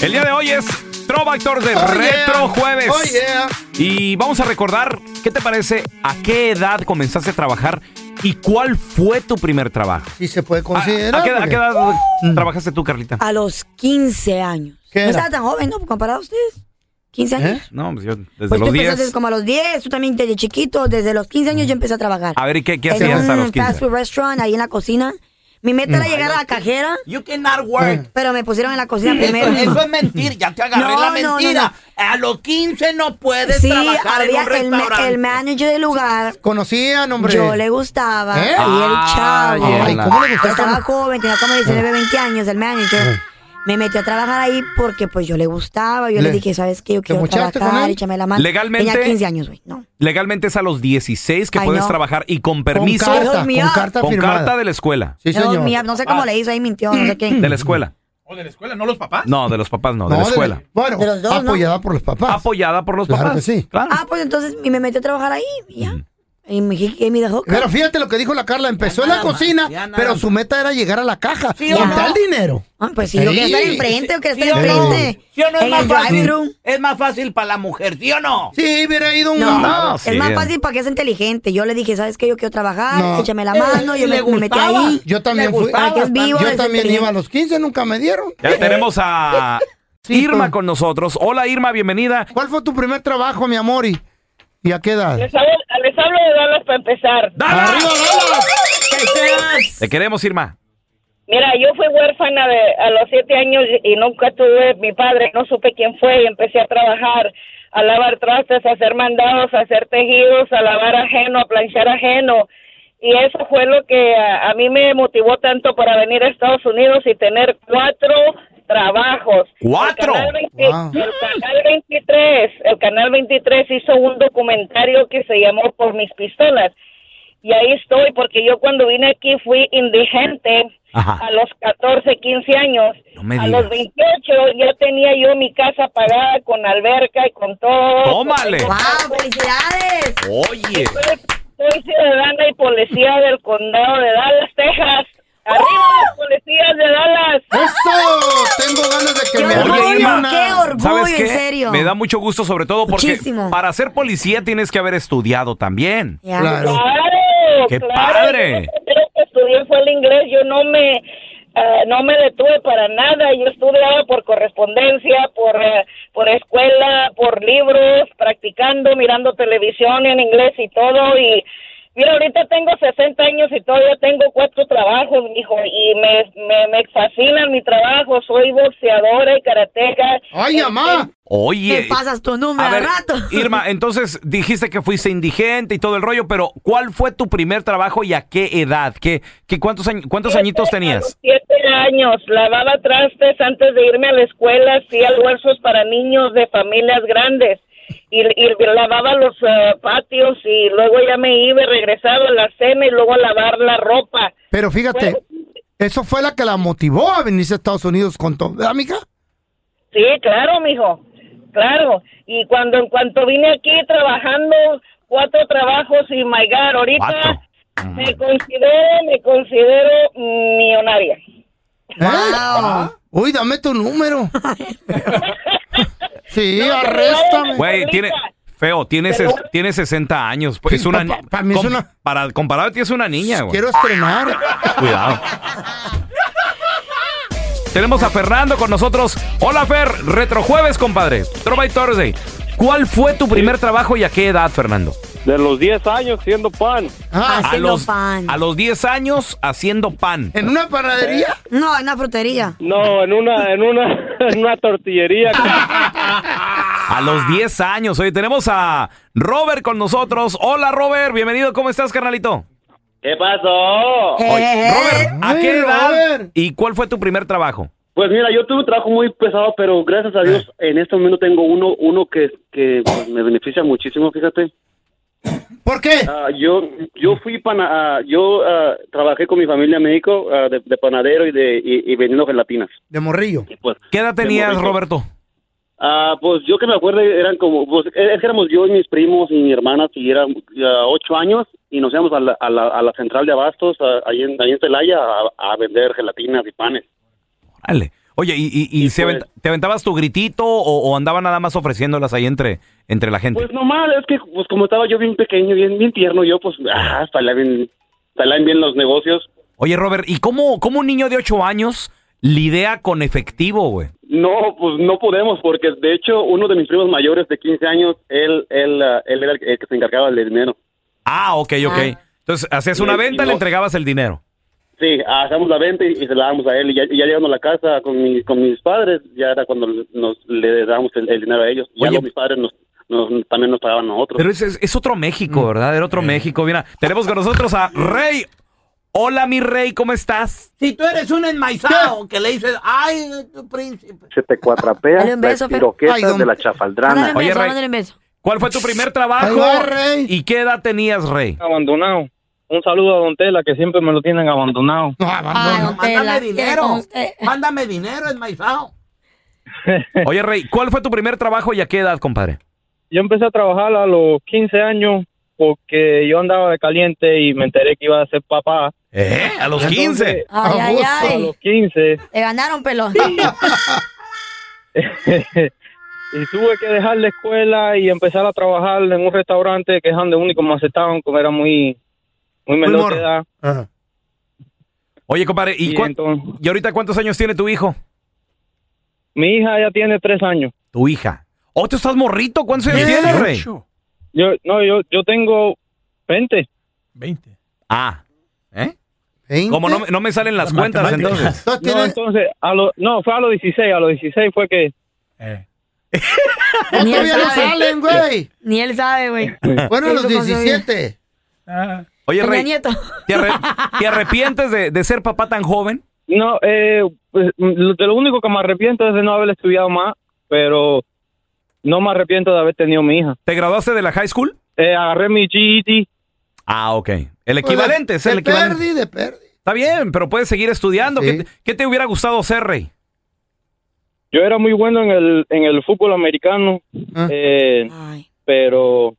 El día de hoy es Trova Actor de
Oh, yeah.
Retro Jueves.
Oh, yeah.
Y vamos a recordar, ¿qué te parece? ¿A qué edad comenzaste a trabajar? ¿Y cuál fue tu primer trabajo?
Y se
Ah,
puede considerar.
¿A qué, a
porque-
qué edad trabajaste tú, Carlita?
A los 15 años.
¿Qué
no
era?
estaba tan joven, ¿no? Comparado a ustedes. 15 años.
¿Eh? No, pues yo desde
Pues tú
los
empezaste
10.
como a los 10, tú también desde chiquito, desde los 15 años yo empecé a trabajar.
A ver, ¿y qué, qué
en
hacías a
un
los Mm.
fast
15?
food restaurant, ahí en la cocina. Mi meta era llegar a la cajera.
You cannot work.
Pero me pusieron en la cocina
Eso-
primero.
eso es mentir, ya te agarré
No,
la
no, no,
mentira. A los 15 no puedes
sí,
trabajar en
había
un
el, ma-
restaurante.
el manager del lugar.
Conocían, hombre.
Yo le gustaba.
¿Eh?
Y el chavo.
Ay, Ay, ¿cómo le gustaba? Ah.
Estaba joven, tenía como 19, 20 años el manager. Me metió a trabajar ahí porque pues yo le gustaba. Yo le,
Le-
dije, ¿sabes qué? Yo quiero
mochaste con
trabajar,
él?
échame la mano.
Legalmente-
Tenía 15 años, güey. No.
Legalmente es a los 16 que
Ay,
puedes
no.
trabajar y con permiso.
carta, Dios mío. con carta
Con
firmada.
carta de la escuela.
No, mía, no sé cómo
Ah.
le hizo, ahí mintió, no sé qué.
De la escuela.
¿O de la escuela, no los papás?
No, de los papás no, de la
No, de-
escuela.
bueno, apoyada por los papás.
Apoyada por los
Claro
papás.
que sí.
Ah, pues entonces y me metió a trabajar ahí y ya.
Mm.
Y me, y me dejó.
Pero fíjate lo que dijo la Carla, empezó en la cocina, pero su meta era llegar a la caja,
o
juntar
no?
dinero.
Ah, pues sí, yo quería estar enfrente, yo quería estar
Sí, o no.
enfrente.
¿Sí o no es
En
más
el
fácil?
drive-thru.
Es más fácil para la mujer, ¿sí o no?
Sí, hubiera ido
No,
No,
es
sí.
más fácil para que es inteligente. Yo le dije, ¿sabes qué? Yo quiero trabajar,
No.
échame la mano, yo
Le
me, me metí
gustaba.
ahí.
Yo también
Le
fui.
gustaba, que es vivo,
yo
es
también
inteligente.
iba a los 15, nunca me dieron. Eh,
Ya tenemos a
pues.
Irma con nosotros. Hola Irma, bienvenida.
¿Cuál fue tu primer trabajo, mi amor? ¿Y, y a qué edad?
Les hablo, les hablo de Dallas para empezar.
¡Arriba, Te queremos, Irma.
Mira, yo fui huérfana de, a los siete años y nunca tuve mi padre, no supe quién fue y empecé a trabajar a lavar trastes, a hacer mandados, a hacer tejidos, a lavar ajeno, a planchar ajeno. Y eso fue lo que a, a mí me motivó tanto para venir a Estados Unidos y tener cuatro trabajos.
¿Cuatro?
El canal, 20 el canal 23, el canal 23 hizo un documentario que se llamó Por mis pistolas. Y ahí estoy porque yo cuando vine aquí fui indigente
Ajá.
a los 14, 15 años.
me
a los 28 ya tenía yo mi casa pagada con alberca y con todo.
¡Tómale!
¡Wow!
¡Felicidades!
Oye.
Soy, soy ciudadana y policía del condado de Dallas, Texas. ¡Arriba los policías de Dallas!
¡Eso! Tengo ganas de que me
Oye, Irma, ¿sabes
en
qué?
serio.
Me da mucho gusto, sobre todo porque
Muchísimo.
para ser policía tienes que haber estudiado también.
Ya.
Claro,
¡Qué
claro.
padre!
Yo lo que estudié fue el inglés. Yo no me, eh, no me detuve para nada. Yo estudiaba por correspondencia, por, eh, por escuela, por libros, practicando, mirando televisión en inglés y todo. Y mira, ahorita tengo 60 años y todavía tengo cuatro trabajos, mijo. Y me, me, me fascina mi trabajo. Soy boxeadora y Este, karateca.
¡Ay, mamá!
Oye.
Te pasas tu número
A
al
ver,
rato.
Irma, entonces dijiste que fuiste indigente y todo el rollo, pero ¿cuál fue tu primer trabajo y a qué edad? ¿Qué, qué, cuántos, añ-
Este,
cuántos añitos tenías?
siete años, lavaba trastes antes de irme a la escuela, hacía almuerzos para niños de familias grandes y, y lavaba los eh, patios y luego ya me iba y regresaba a la cena y luego a lavar la ropa.
Pero fíjate, eso fue la que la motivó a venirse a Estados Unidos con todo. ¿Verdad, mija?
Sí, claro, mijo, claro. Y cuando en cuanto vine aquí trabajando cuatro trabajos y my God, ahorita
Cuatro.
me considero, me considero millonaria.
¿Eh? Uy, dame tu número. sí, arréstame.
Güey, tiene... Feo, tiene, ses- tiene 60 años. pues, es una,
pa- pa' mí es
com-
una-
Para comparado a ti es una niña, güey.
Quiero estrenar.
Cuidado. Tenemos a Fernando con nosotros. Hola, Fer. Retrojueves, compadre. Throwback Thursday. ¿Cuál fue tu primer trabajo y a qué edad, Fernando?
De los 10 años siendo pan.
a los, A los 10 años haciendo pan.
¿En una panadería?
No, en una frutería.
No, en una, en una, en una tortillería.
A los 10 años. Oye, tenemos a Robert con nosotros. Hola, Robert. Bienvenido. ¿Cómo estás, carnalito?
¿Qué pasó?
Oye, Robert, ¿a
Ay,
qué edad
Robert.
y cuál fue tu primer trabajo? Ah.
Pues mira, yo tuve un trabajo muy pesado, pero gracias a Dios en este momento tengo uno, uno que, que pues, me beneficia muchísimo, fíjate. Ah,
¿Por qué?
yo, yo fui pana, ah, yo ah, trabajé con mi familia en México ah, de, de panadero y de y, y vendiendo gelatinas.
De morrillo.
¿Qué edad tenías, Roberto?
pues, Ah, pues yo que me acuerdo eran como, pues é- éramos yo y mis primos y mi hermana, y eran ah, ocho años, y nos íbamos a la, a la, a la central de abastos, a- ahí, en, ahí en Celaya, a, a vender gelatinas y panes.
Dale. Oye, ¿y, y- y se avent- te aventabas tu gritito o, o andaba nada más ofreciéndolas ahí entre, entre la gente?
Pues nomás, es que pues como estaba yo bien pequeño, bien, bien tierno, yo pues, ah, hasta la bien, salían bien los negocios.
Oye, Robert, ¿y cómo, cómo un niño de 8 años lidia con efectivo, güey?
No, pues no podemos, porque de hecho uno de mis primos mayores de 15 años, él, él, ah, él era el que- el que se encargaba del dinero.
Ah, ok, ok.
Ah.
Entonces, hacías una
Sí,
venta,
y
le
no-
entregabas el dinero.
Sí, hacemos la venta y, y se la damos a él. Y ya, y ya llegando a la casa con, mi- con mis padres, ya era cuando nos le damos el, el dinero a ellos. Ya
Oye.
los- mis padres nos, nos- también nos pagaban a nosotros.
Pero ese es, es otro México, ¿verdad? Era otro México. Mira, tenemos con nosotros a Rey. Hola, mi Rey, ¿cómo estás?
Si tú eres un enmaizado que le dices, ay, tu príncipe.
se te cuatrapea
Dale un beso,
las
Fer.
piroquetas
Ay, don-
de la chafaldrana.
Oye, Rey, ¿cuál fue tu primer trabajo? ¿Y qué edad tenías, Rey?
Abandonado. Un saludo a Don Tela, que siempre me lo tienen abandonado.
eh,
Mándame dinero. Mándame dinero, enmaizado.
Oye, Rey, ¿cuál fue tu primer trabajo y a qué edad, compadre?
Yo empecé a trabajar a los 15 años porque yo andaba de caliente y me enteré que iba a ser papá.
¿Eh? ¿A los 15?
Ay, ay, ay.
A los 15.
Te ganaron pelón.
y tuve que dejar la escuela y empezar a trabajar en un restaurante que es donde único me aceptaban como era muy muy menor
morro.
de edad.
Oye, compadre, ¿y,
Sí,
cuán- ¿y ahorita cuántos años tiene tu hijo?
Mi hija ya tiene tres años.
¿Tu hija? ¿O tú estás morrito? ¿Cuántos años tienes, Rey?
Yo no yo yo tengo 20. 20.
Ah. ¿Eh? Como no, me- no me salen las
Las
cuentas,
matemáticas.
entonces.
No, entonces a lo, no fue a los 16, a los 16 fue que
Ni él
todavía no
sabe.
salen, güey.
Ni él sabe, güey.
Bueno, a los 17.
Oye,
Peña
Rey,
Nieto.
¿te, arre- te arrepientes de, de ser papá tan joven?
No, eh, pues, lo- de lo único que me arrepiento es de no haber estudiado más, pero no me arrepiento de haber tenido mi hija.
¿Te graduaste de la high school?
Eh, agarré mi GED.
Ah, ok. El equivalente, es el
de
equivalente.
Pues perdí, de perdí.
Está bien, pero puedes seguir estudiando. ¿Qué, te, qué te hubiera gustado ser, Rey?
Yo era muy bueno en el, en el fútbol americano,
Ah.
eh, pero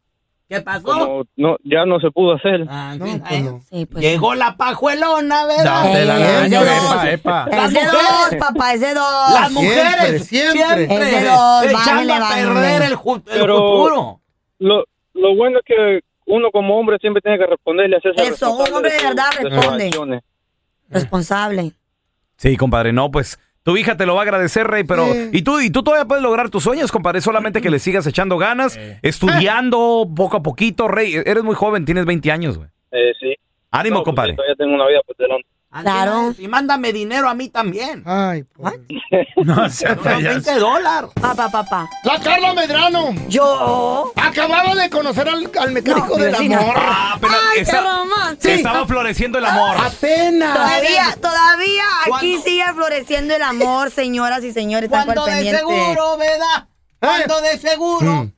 ¿Qué pasó? Eh,
como no, ya no se pudo hacer.
Ah, pues
Llegó la pajuelona, ¿verdad?
No, te la
Eh,
daño,
es de
epa,
dos.
epa.
Las
Es de
mujeres-
dos, papá, es de dos.
Las mujeres siempre,
Es de dos,
echando
bájale,
a
bájale.
perder el, ju- el
Pero
futuro.
Lo, lo bueno es que uno como hombre siempre tiene que responderle a hacerse
Eso, un
responsable
hombre de
sus-
verdad
sus
responde.
acciones.
Responsable.
Sí, compadre, no, pues tu hija te lo va a agradecer, Rey, pero... Y tú y tú todavía puedes lograr tus sueños, compadre, solamente que le sigas echando ganas, estudiando poco a poquito, Rey. Eres muy joven, tienes 20 años, güey.
Eh, sí.
Ánimo,
No, pues,
compadre.
yo todavía tengo una vida por delante.
Claro.
Y mándame dinero a mí también.
Ay,
No,
Son 20 dólares.
Papá, papá.
La Carla Medrano.
Yo.
Acababa de conocer al, al mecánico del amor.
Ah, pero
Ay,
está-
qué romántico. Ah,
Estaba floreciendo el amor.
Apenas.
Todavía, todavía aquí
¿Cuándo?
sigue floreciendo el amor, señoras y señores. están
Cuando
al
de
pendiente.
seguro, ¿verdad? Cuando de seguro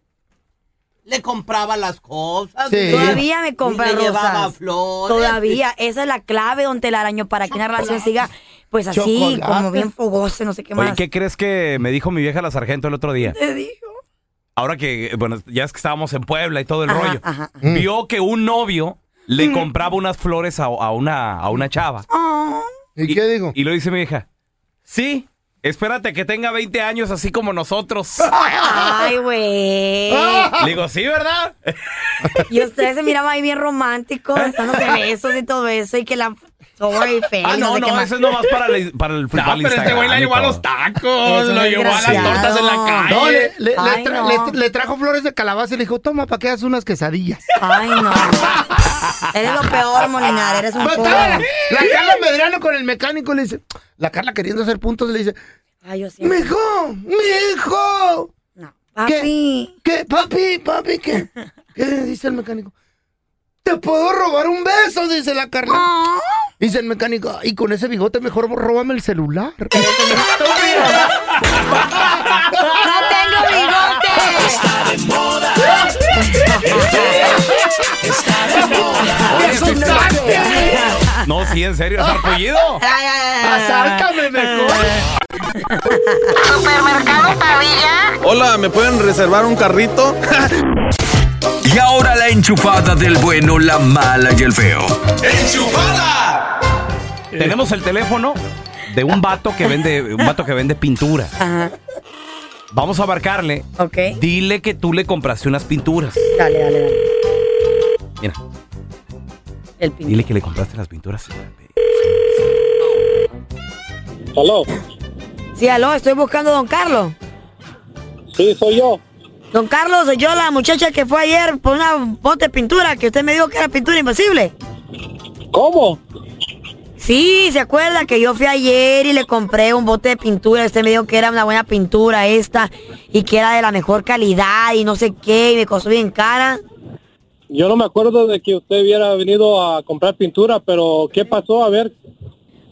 le compraba las cosas.
Sí. Todavía me compra
y le llevaba
rosas.
flores.
Todavía, esa es la clave, don Telaraño, para que una relación siga, pues así,
Chocolate.
como bien fogosa, no sé qué
Oye,
más.
¿qué crees que me dijo mi vieja la sargento el otro día?
Te digo.
Ahora que, bueno, ya es que estábamos en Puebla y todo el
Ajá,
rollo.
ajá.
Mm.
Vio que un novio le compraba unas flores a, a una, a una chava.
¿Y, qué digo?
Y lo dice mi vieja. Sí, espérate que tenga 20 años así como nosotros.
Ay, güey.
Le digo, sí, ¿verdad? ¿Eh?
Y ustedes se miraban ahí bien románticos, dándose besos y todo eso, y que la... Sorry, fe,
Ah, no,
sé qué
no,
más.
eso es nomás para el, para el para
pero
el
este
Instagram
güey la
y
llevó a
todo.
los tacos, lo llevó a las tortas en la calle.
No, le, le- le
Ay,
tra-
no.
le- le trajo flores de calabaza y le dijo, toma, para que hagas unas quesadillas.
Ay, no. Eres lo peor, Molinar, eres un
Pero
poco.
estaba Pues, la, la Carla Medrano con el mecánico le dice, la Carla queriendo hacer puntos le dice,
Ay, yo sí.
mijo, mijo.
Papi.
¿Qué, papi, papi, qué? ¿Qué dice el mecánico? ¿Te puedo robar un beso? Dice la Carla.
Ah.
Dice el mecánico, y con ese bigote mejor róbame el celular.
¡No tengo bigote!
Está de moda. Está de moda.
Oye, sí, No, sí, en serio, es arpullido.
Ah.
Acércame mejor.
Supermercado Pavilla.
Hola, ¿me pueden reservar un carrito?
Y ahora la enchufada del bueno, la mala y el feo.
Tenemos el teléfono de un vato que vende, un vato que vende pintura.
Ajá.
Vamos a abarcarle.
Ok.
Dile que tú le compraste unas pinturas.
Dale, dale, dale.
Mira.
El
Dile que le compraste las pinturas.
Aló.
Sí, aló, estoy buscando a don Carlos.
Sí, soy yo.
Don Carlos, soy yo la muchacha que fue ayer por una bote de pintura que usted me dijo que era pintura imposible.
¿Cómo?
Sí, ¿se acuerda que yo fui ayer y le compré un bote de pintura? Usted me dijo que era una buena pintura esta y que era de la mejor calidad y no sé qué y me costó bien cara.
Yo no me acuerdo de que usted hubiera venido a comprar pintura, pero ¿qué pasó? A ver.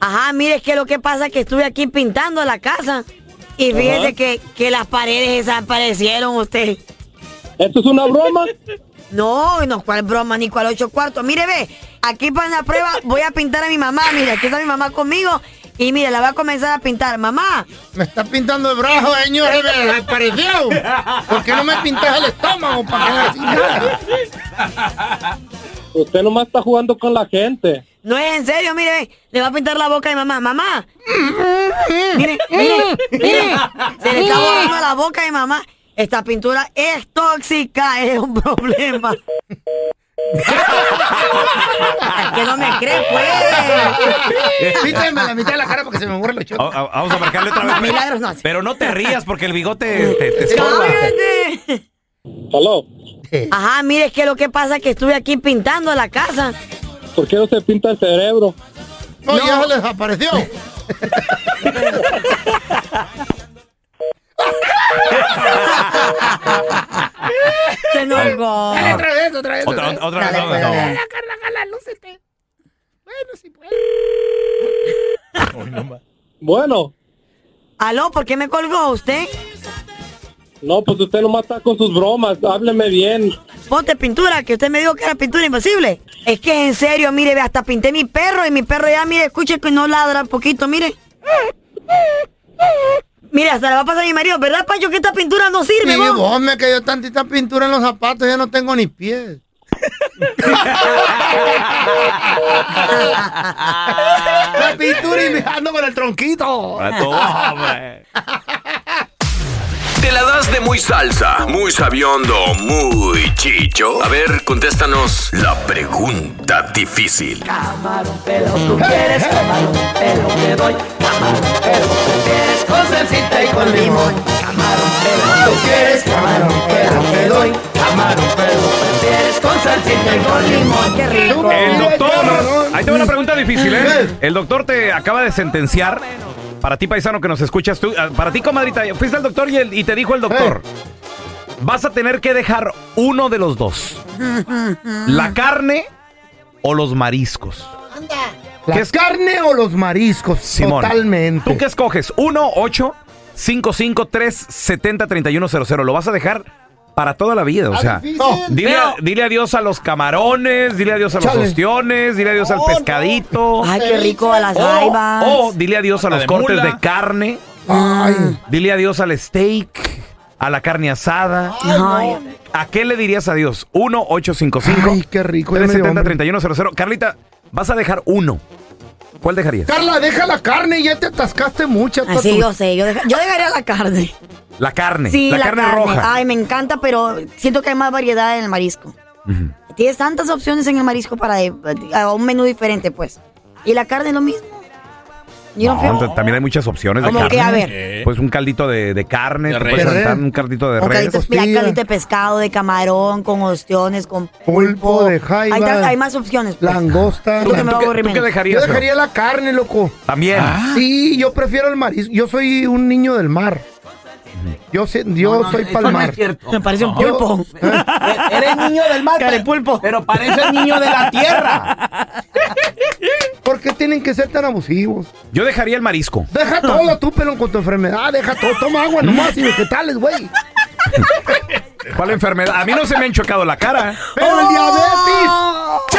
Ajá, mire, es que lo que pasa es que estuve aquí pintando la casa y fíjese
Ajá.
que, que las paredes desaparecieron usted.
¿Esto es una broma?
No, no, cuál broma, ni cuál ocho cuartos. Mire, ve, aquí para una prueba voy a pintar a mi mamá. Mire, aquí está mi mamá conmigo y mire, la va a comenzar a pintar. Mamá.
Me está pintando el brazo, señor, me desapareció. ¿Por qué no me pintas el estómago para que
Usted nomás está jugando con la gente.
No es en serio, mire, ve, le va a pintar la boca a mi mamá. Mamá. Mire, mire, mire. Se le está borrando la boca a mi mamá. Esta pintura es tóxica, es un problema. es que no me crees, pues.
Píntame la mitad de la cara porque se me muere los
A- a- Vamos a marcarle otra vez.
Milagros no
Pero no te rías porque el bigote te, te estorba.
¡Cállate!
Aló.
Ajá, mire, es que lo que pasa es que estuve aquí pintando la casa.
¿Por qué no se pinta el cerebro?
No, Oh, ya se les apareció.
algo.
Dale otra
vez, otra
vez, Otra- otra vez. otra- otra vez,
Dale,
otra vez.
pues, dale.
Bueno,
Aló, ¿por qué me colgó usted?
no, pues usted nomás está con sus bromas. Hábleme bien.
Ponte pintura, que usted me dijo que era pintura imposible. Es que es en serio, mire, ve, hasta pinté mi perro y mi perro ya, mire, escuche que no ladra poquito, mire. Mire, hasta le va a pasar a mi marido, ¿verdad, Pancho? Que esta pintura no sirve,
Sí,
vos?
vos me cayó tantita pintura en los zapatos, ya no tengo ni pies. La pintura y me ando con el tronquito.
¿Te la das de muy salsa, muy sabiondo, muy chicho? A ver, contéstanos la pregunta difícil.
Camarón pelo, tú quieres camarón pelo, te doy camarón pelo, tú quieres con salsita y con limón. Camarón pelo, tú quieres camarón pelo, te doy camarón pelo, prefieres con salsita y con limón. Qué rico.
El doctor. Ahí tengo una pregunta difícil, ¿eh? El doctor te acaba de sentenciar. Para ti, paisano, que nos escuchas tú. ah, Para ti, comadrita, fuiste al doctor y, el- y te dijo el doctor. Vas a tener que dejar uno de los dos. La carne o los mariscos.
¿La carne o los mariscos?
Simón.
Totalmente.
¿Tú qué escoges? 1 8 55 3 70 31 00. Lo vas a dejar para toda la vida, o sea.
No,
Dile, a- dile adiós a los camarones, dile adiós a los
Chale.
ostiones, dile adiós al pescadito.
Ay, qué rico a las
O-
jaivas.
O dile adiós a los
de
cortes
mula.
de carne. Dile adiós al steak, a la carne asada. ¿A qué le dirías adiós? 1 855 Ay,
qué rico.
ya me dio
370 3100. Carlita, vas a dejar uno. ¿Cuál dejarías?
Carla, deja la carne, ya te atascaste mucha.
Ay, sí, yo sé, yo, deja- yo dejaría la carne.
La carne.
Sí,
la, carne, roja.
Ay, me encanta, pero siento que hay más variedad en el marisco. Tienes tantas opciones en el marisco para eh, a un menú diferente, pues. Y la carne es lo mismo. Yo no
No,
feo-
t- Ah, también hay muchas opciones de
¿Cómo
carne.
que? A ver.
Pues un caldito de, de carne, te puedes
res.
aventar un caldito de
O
res.
caldito, mira, caldito de pescado, de camarón, con ostiones, con
Pulpo de
Hay,
jaiba.
ta- hay más opciones. pues.
Langosta.
Creo que me va a aburrir menos.
Yo dejaría la carne, loco. Ah.
También.
Sí, yo prefiero el marisco. Yo soy un niño del mar. Yo, sé- yo soy
eso no
palmar.
es
mar. Eh,
cierto.
Me parece un pulpo.
Eres niño del mar, pero, pero pareces niño de la tierra.
¿Por qué tienen que ser tan abusivos?
Yo dejaría el marisco.
Deja todo tú, pelón, con tu enfermedad. Deja todo. Toma agua nomás y vegetales, güey.
¿Cuál enfermedad? A mí no se me han chocado la cara.
Pero el
Oh.
diabetes.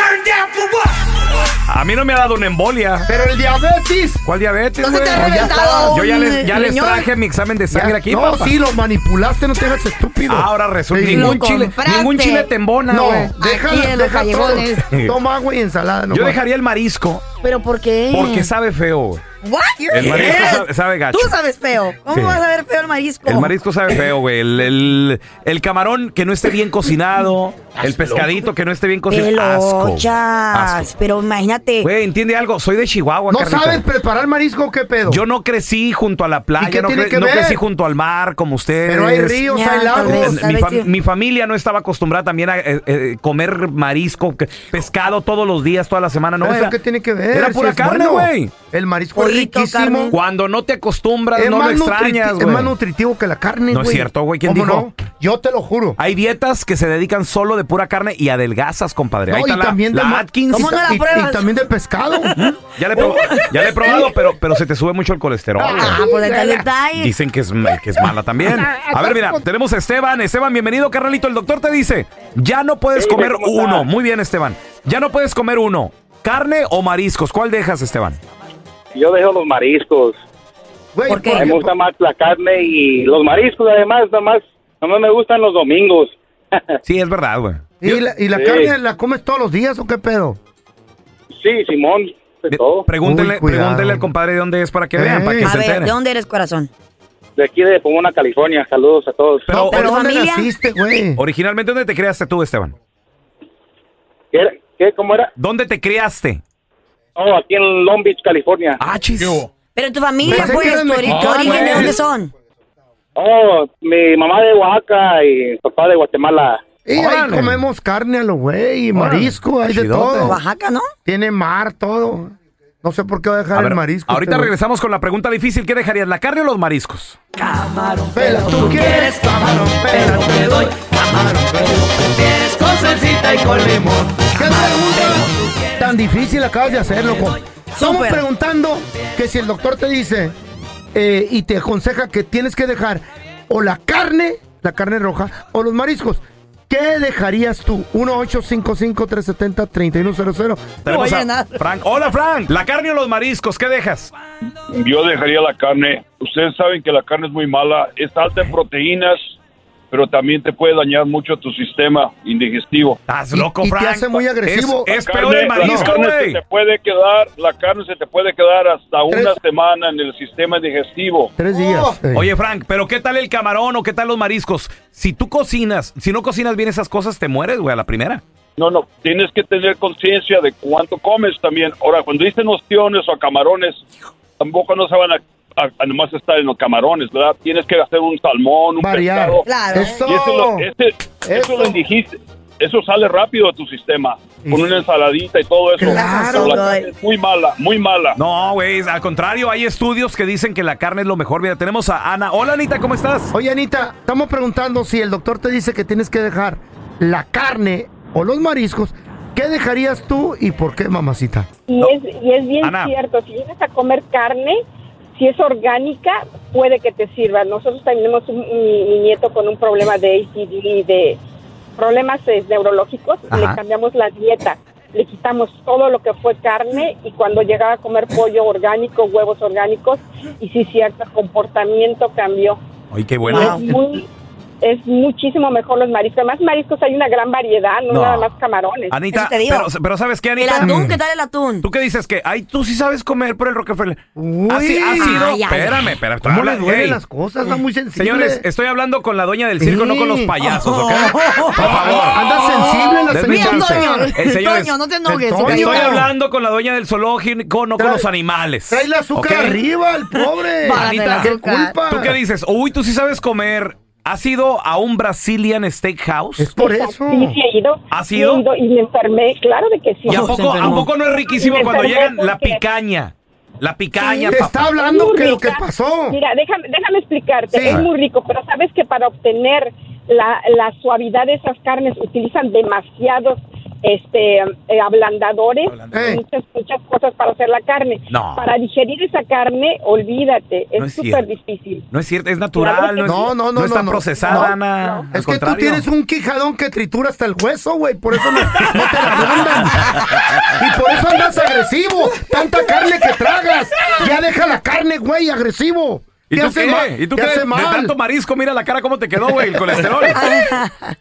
A mí no me ha dado una embolia.
Pero el diabetes.
¿Cuál diabetes,
Entonces
güey?
te ha reventado
Yo ya
un
les, ya les
riñón.
traje mi examen de sangre
Ya-
aquí,
No,
papá.
sí, lo manipulaste, no te hagas estúpido.
Ahora resulta
Sí.
ningún chile, ningún chile te embona,
No,
güey.
deja,
Aquí en los
deja todo.
callejones.
Toma agua y ensalada.
Yo dejaría el marisco
¿Pero por qué?
porque sabe feo. güey.
What? You're
El marisco
dead.
sabe- sabe gacho.
Tú sabes feo. ¿Cómo
Sí.
vas a ver feo el marisco?
El marisco sabe feo, güey. El, el- el camarón que no esté bien cocinado. El pescadito que no esté bien cocinado. Asco. güey.
Pelochas.
Asco.
Pero imagínate.
Güey, entiende algo. Soy de Chihuahua,
¿No
Carlita.
sabes preparar marisco qué pedo?
Yo no crecí junto a la
¿Y qué
playa, no,
tiene
cre-
que
no
ver?
crecí junto al mar como ustedes.
Pero hay ríos, Ya, hay lagos. tal vez, tal
Mi,
vez
fam-
sí.
mi familia no estaba acostumbrada también a eh, eh, comer marisco, que- pescado todos los días, toda la semana. No,
¿Eso
Era-
qué tiene que ver?
Era
Si
pura
es
carne,
bueno.
güey.
El marisco es riquísimo.
Cuando no te acostumbras,
Es
no lo
más
extrañas,
nutriti-
güey.
Es más nutritivo que la carne, güey.
No es cierto, güey. ¿Quién
¿Cómo
dijo?
no? Yo te lo juro.
Hay dietas que se dedican solo de pura carne y adelgazas, compadre.
No,
Ahí
y
está la,
también
la
de ma-
Atkins.
¿Cómo no la Y- y pruebas? también de pescado.
Ya le, he prob- ya le he probado, pero, pero se te sube mucho el colesterol.
Ah,
güey.
pues está el detalle.
Dicen que es, ma- que es mala también. A ver, mira, tenemos a Esteban. Esteban, bienvenido, carnalito. El doctor te dice, ya no puedes
Dime,
comer
¿cómo estás?
uno. Muy bien, Esteban. Ya no puedes comer uno. ¿Carne o mariscos? ¿Cuál dejas, Esteban?
Yo dejo los mariscos.
¿Por
qué? Me gusta más la carne y los mariscos, además, nomás, nomás me gustan los domingos.
sí, es verdad, güey.
¿Y la, y la
Sí.
carne la comes todos los días o qué pedo?
Sí, Simón, de todo.
Pregúntele,
Uy, cuidado.
pregúntele al compadre de dónde es para que vean, para que
a
se
ver,
enteren.
¿de dónde eres, corazón?
De aquí de Pomona, California. Saludos a todos.
Pero,
pero ¿dónde familia?
Eh,
Originalmente, ¿dónde te criaste tú, Esteban?
¿Qué, era- qué, ¿Cómo era?
¿Dónde te criaste?
Oh, aquí en Long Beach, California.
Ah, chis.
Pero tu familia,
Pensé que
pues,
eras
tu, ori-
mexicano, eh.
tu origen, ¿de
güey.
dónde son?
Oh, mi mamá de Oaxaca y mi papá de Guatemala.
Y ahí comemos carne a lo güey, y
Órale.
marisco, hay de
Chidote.
todo.
Oaxaca, ¿no?
Tiene mar, todo. No sé por qué va a dejar
A ver,
el marisco.
ahorita
este güey.
regresamos con la pregunta difícil. ¿Qué dejarías, la carne o los mariscos?
Camarón, pero tú quieres camarón, pero te doy camarón, pero quieres con salsita y con limón.
Tan difícil acabas de hacer, loco. Estamos preguntando que si el doctor te dice eh, y te aconseja que tienes que dejar o la carne, la carne roja, o los mariscos. ¿Qué dejarías tú? 1-855-370-3100.
Tenemos a Frank. Hola, Frank. ¿La carne o los mariscos? ¿Qué dejas?
Yo dejaría la carne. Ustedes saben que la carne es muy mala. Es alta en proteínas, pero también te puede dañar mucho tu sistema indigestivo.
Estás loco,
y te Frank. hace muy agresivo.
La
Es peor el
la
marisco,
carne
güey.
se te puede quedar, la carne se te puede quedar hasta una semana en el sistema digestivo.
Tres
Oh.
eh.
Oye, Frank, ¿pero qué tal el camarón o qué tal los mariscos? Si tú cocinas, si no cocinas bien esas cosas, te mueres, güey, a la primera.
No, no, tienes que tener conciencia de cuánto comes también. Ahora, cuando dicen ostiones o camarones, tampoco no se van a, a- a nomás estar en los camarones, ¿verdad? Tienes que hacer un salmón, un
Variar.
pescado.
Claro. Eso.
Y ese lo- ese- eso lo indigiste. Eso sale rápido a tu sistema, con una ensaladita y todo eso. Pero la carne es muy mala, muy mala.
No, güey, al contrario, hay estudios que dicen que la carne es lo mejor. Mira, tenemos a Ana. Hola, Anita, ¿cómo estás?
Oye, Anita, estamos preguntando si el doctor te dice que tienes que dejar la carne o los mariscos. ¿Qué dejarías tú y por qué, mamacita?
Y, es, y es bien
Ana.
cierto, si vienes a comer carne, si es orgánica, puede que te sirva. Nosotros tenemos un- mi, mi nieto con un problema de ACD, de problemas eh, neurológicos,
Ajá.
le cambiamos la dieta, le quitamos todo lo que fue carne y cuando llegaba a comer pollo orgánico, huevos orgánicos, y sí, cierto, el comportamiento cambió.
Ay, qué
Es, muy- es muchísimo mejor los mariscos. Además, mariscos hay una gran variedad, no,
No.
nada más camarones.
Anita, pero, pero ¿sabes qué, Anita? Mm.
¿qué tal el atún?
¿Tú qué dices? Que, ay, tú sí sabes comer por el Rockefeller. Así ha
Ay,
sido.
ay, ay.
espérame, espérame.
¿Cómo le
Habla-
duelen
Ey,
las cosas? Está muy sensible.
Señores, estoy hablando con la dueña del circo, no con los
Sí.
payasos, ¿ok?
Oh.
Por favor.
Anda sensible la
Denme
señora.
chance.
Mira, Toño,
Eh, señores,
Toño, no te enojes,
Toño.
Toño.
Estoy hablando con la dueña del zoológico, no con los animales.
Trae la azúcar
¿ok?
arriba, el pobre.
Anita,
¿qué culpa?
¿tú qué dices? Uy, tú sí sabes comer. ¿Has ido a un Brazilian Steakhouse? Es
por
Sí, sí he ido.
¿Has
Sí
ido?
he Y me enfermé, claro de que sí.
¿Y a poco, a poco no es riquísimo
Me
cuando
enfermé
llegan la
porque-
picaña? La picaña,
Sí.
papá.
Es muy rica. Mira, déjame, déjame explicarte.
Sí.
Es muy rico, pero sabes que para obtener la, la suavidad de esas carnes utilizan demasiados este eh, ablandadores,
Ablandadores.
muchas, muchas cosas para hacer la carne.
No.
Para digerir esa carne, olvídate,
No
es
es
súper
cierto.
difícil.
No es cierto, es natural, no, es,
No, no, no,
está
no, no.
procesada,
No,
Ana.
no.
Al
Es que tú
contrario.
tienes un quijadón que tritura hasta el hueso, güey. Por eso no, no te la mandan. Y por eso andas agresivo. Tanta carne que tragas. Ya deja la carne, güey, agresivo.
¿Y
Te
tú
hace
qué?
mal,
¿Y tú
te
qué?
hace
De
mal.
tanto marisco, mira la cara cómo te quedó, güey, el colesterol.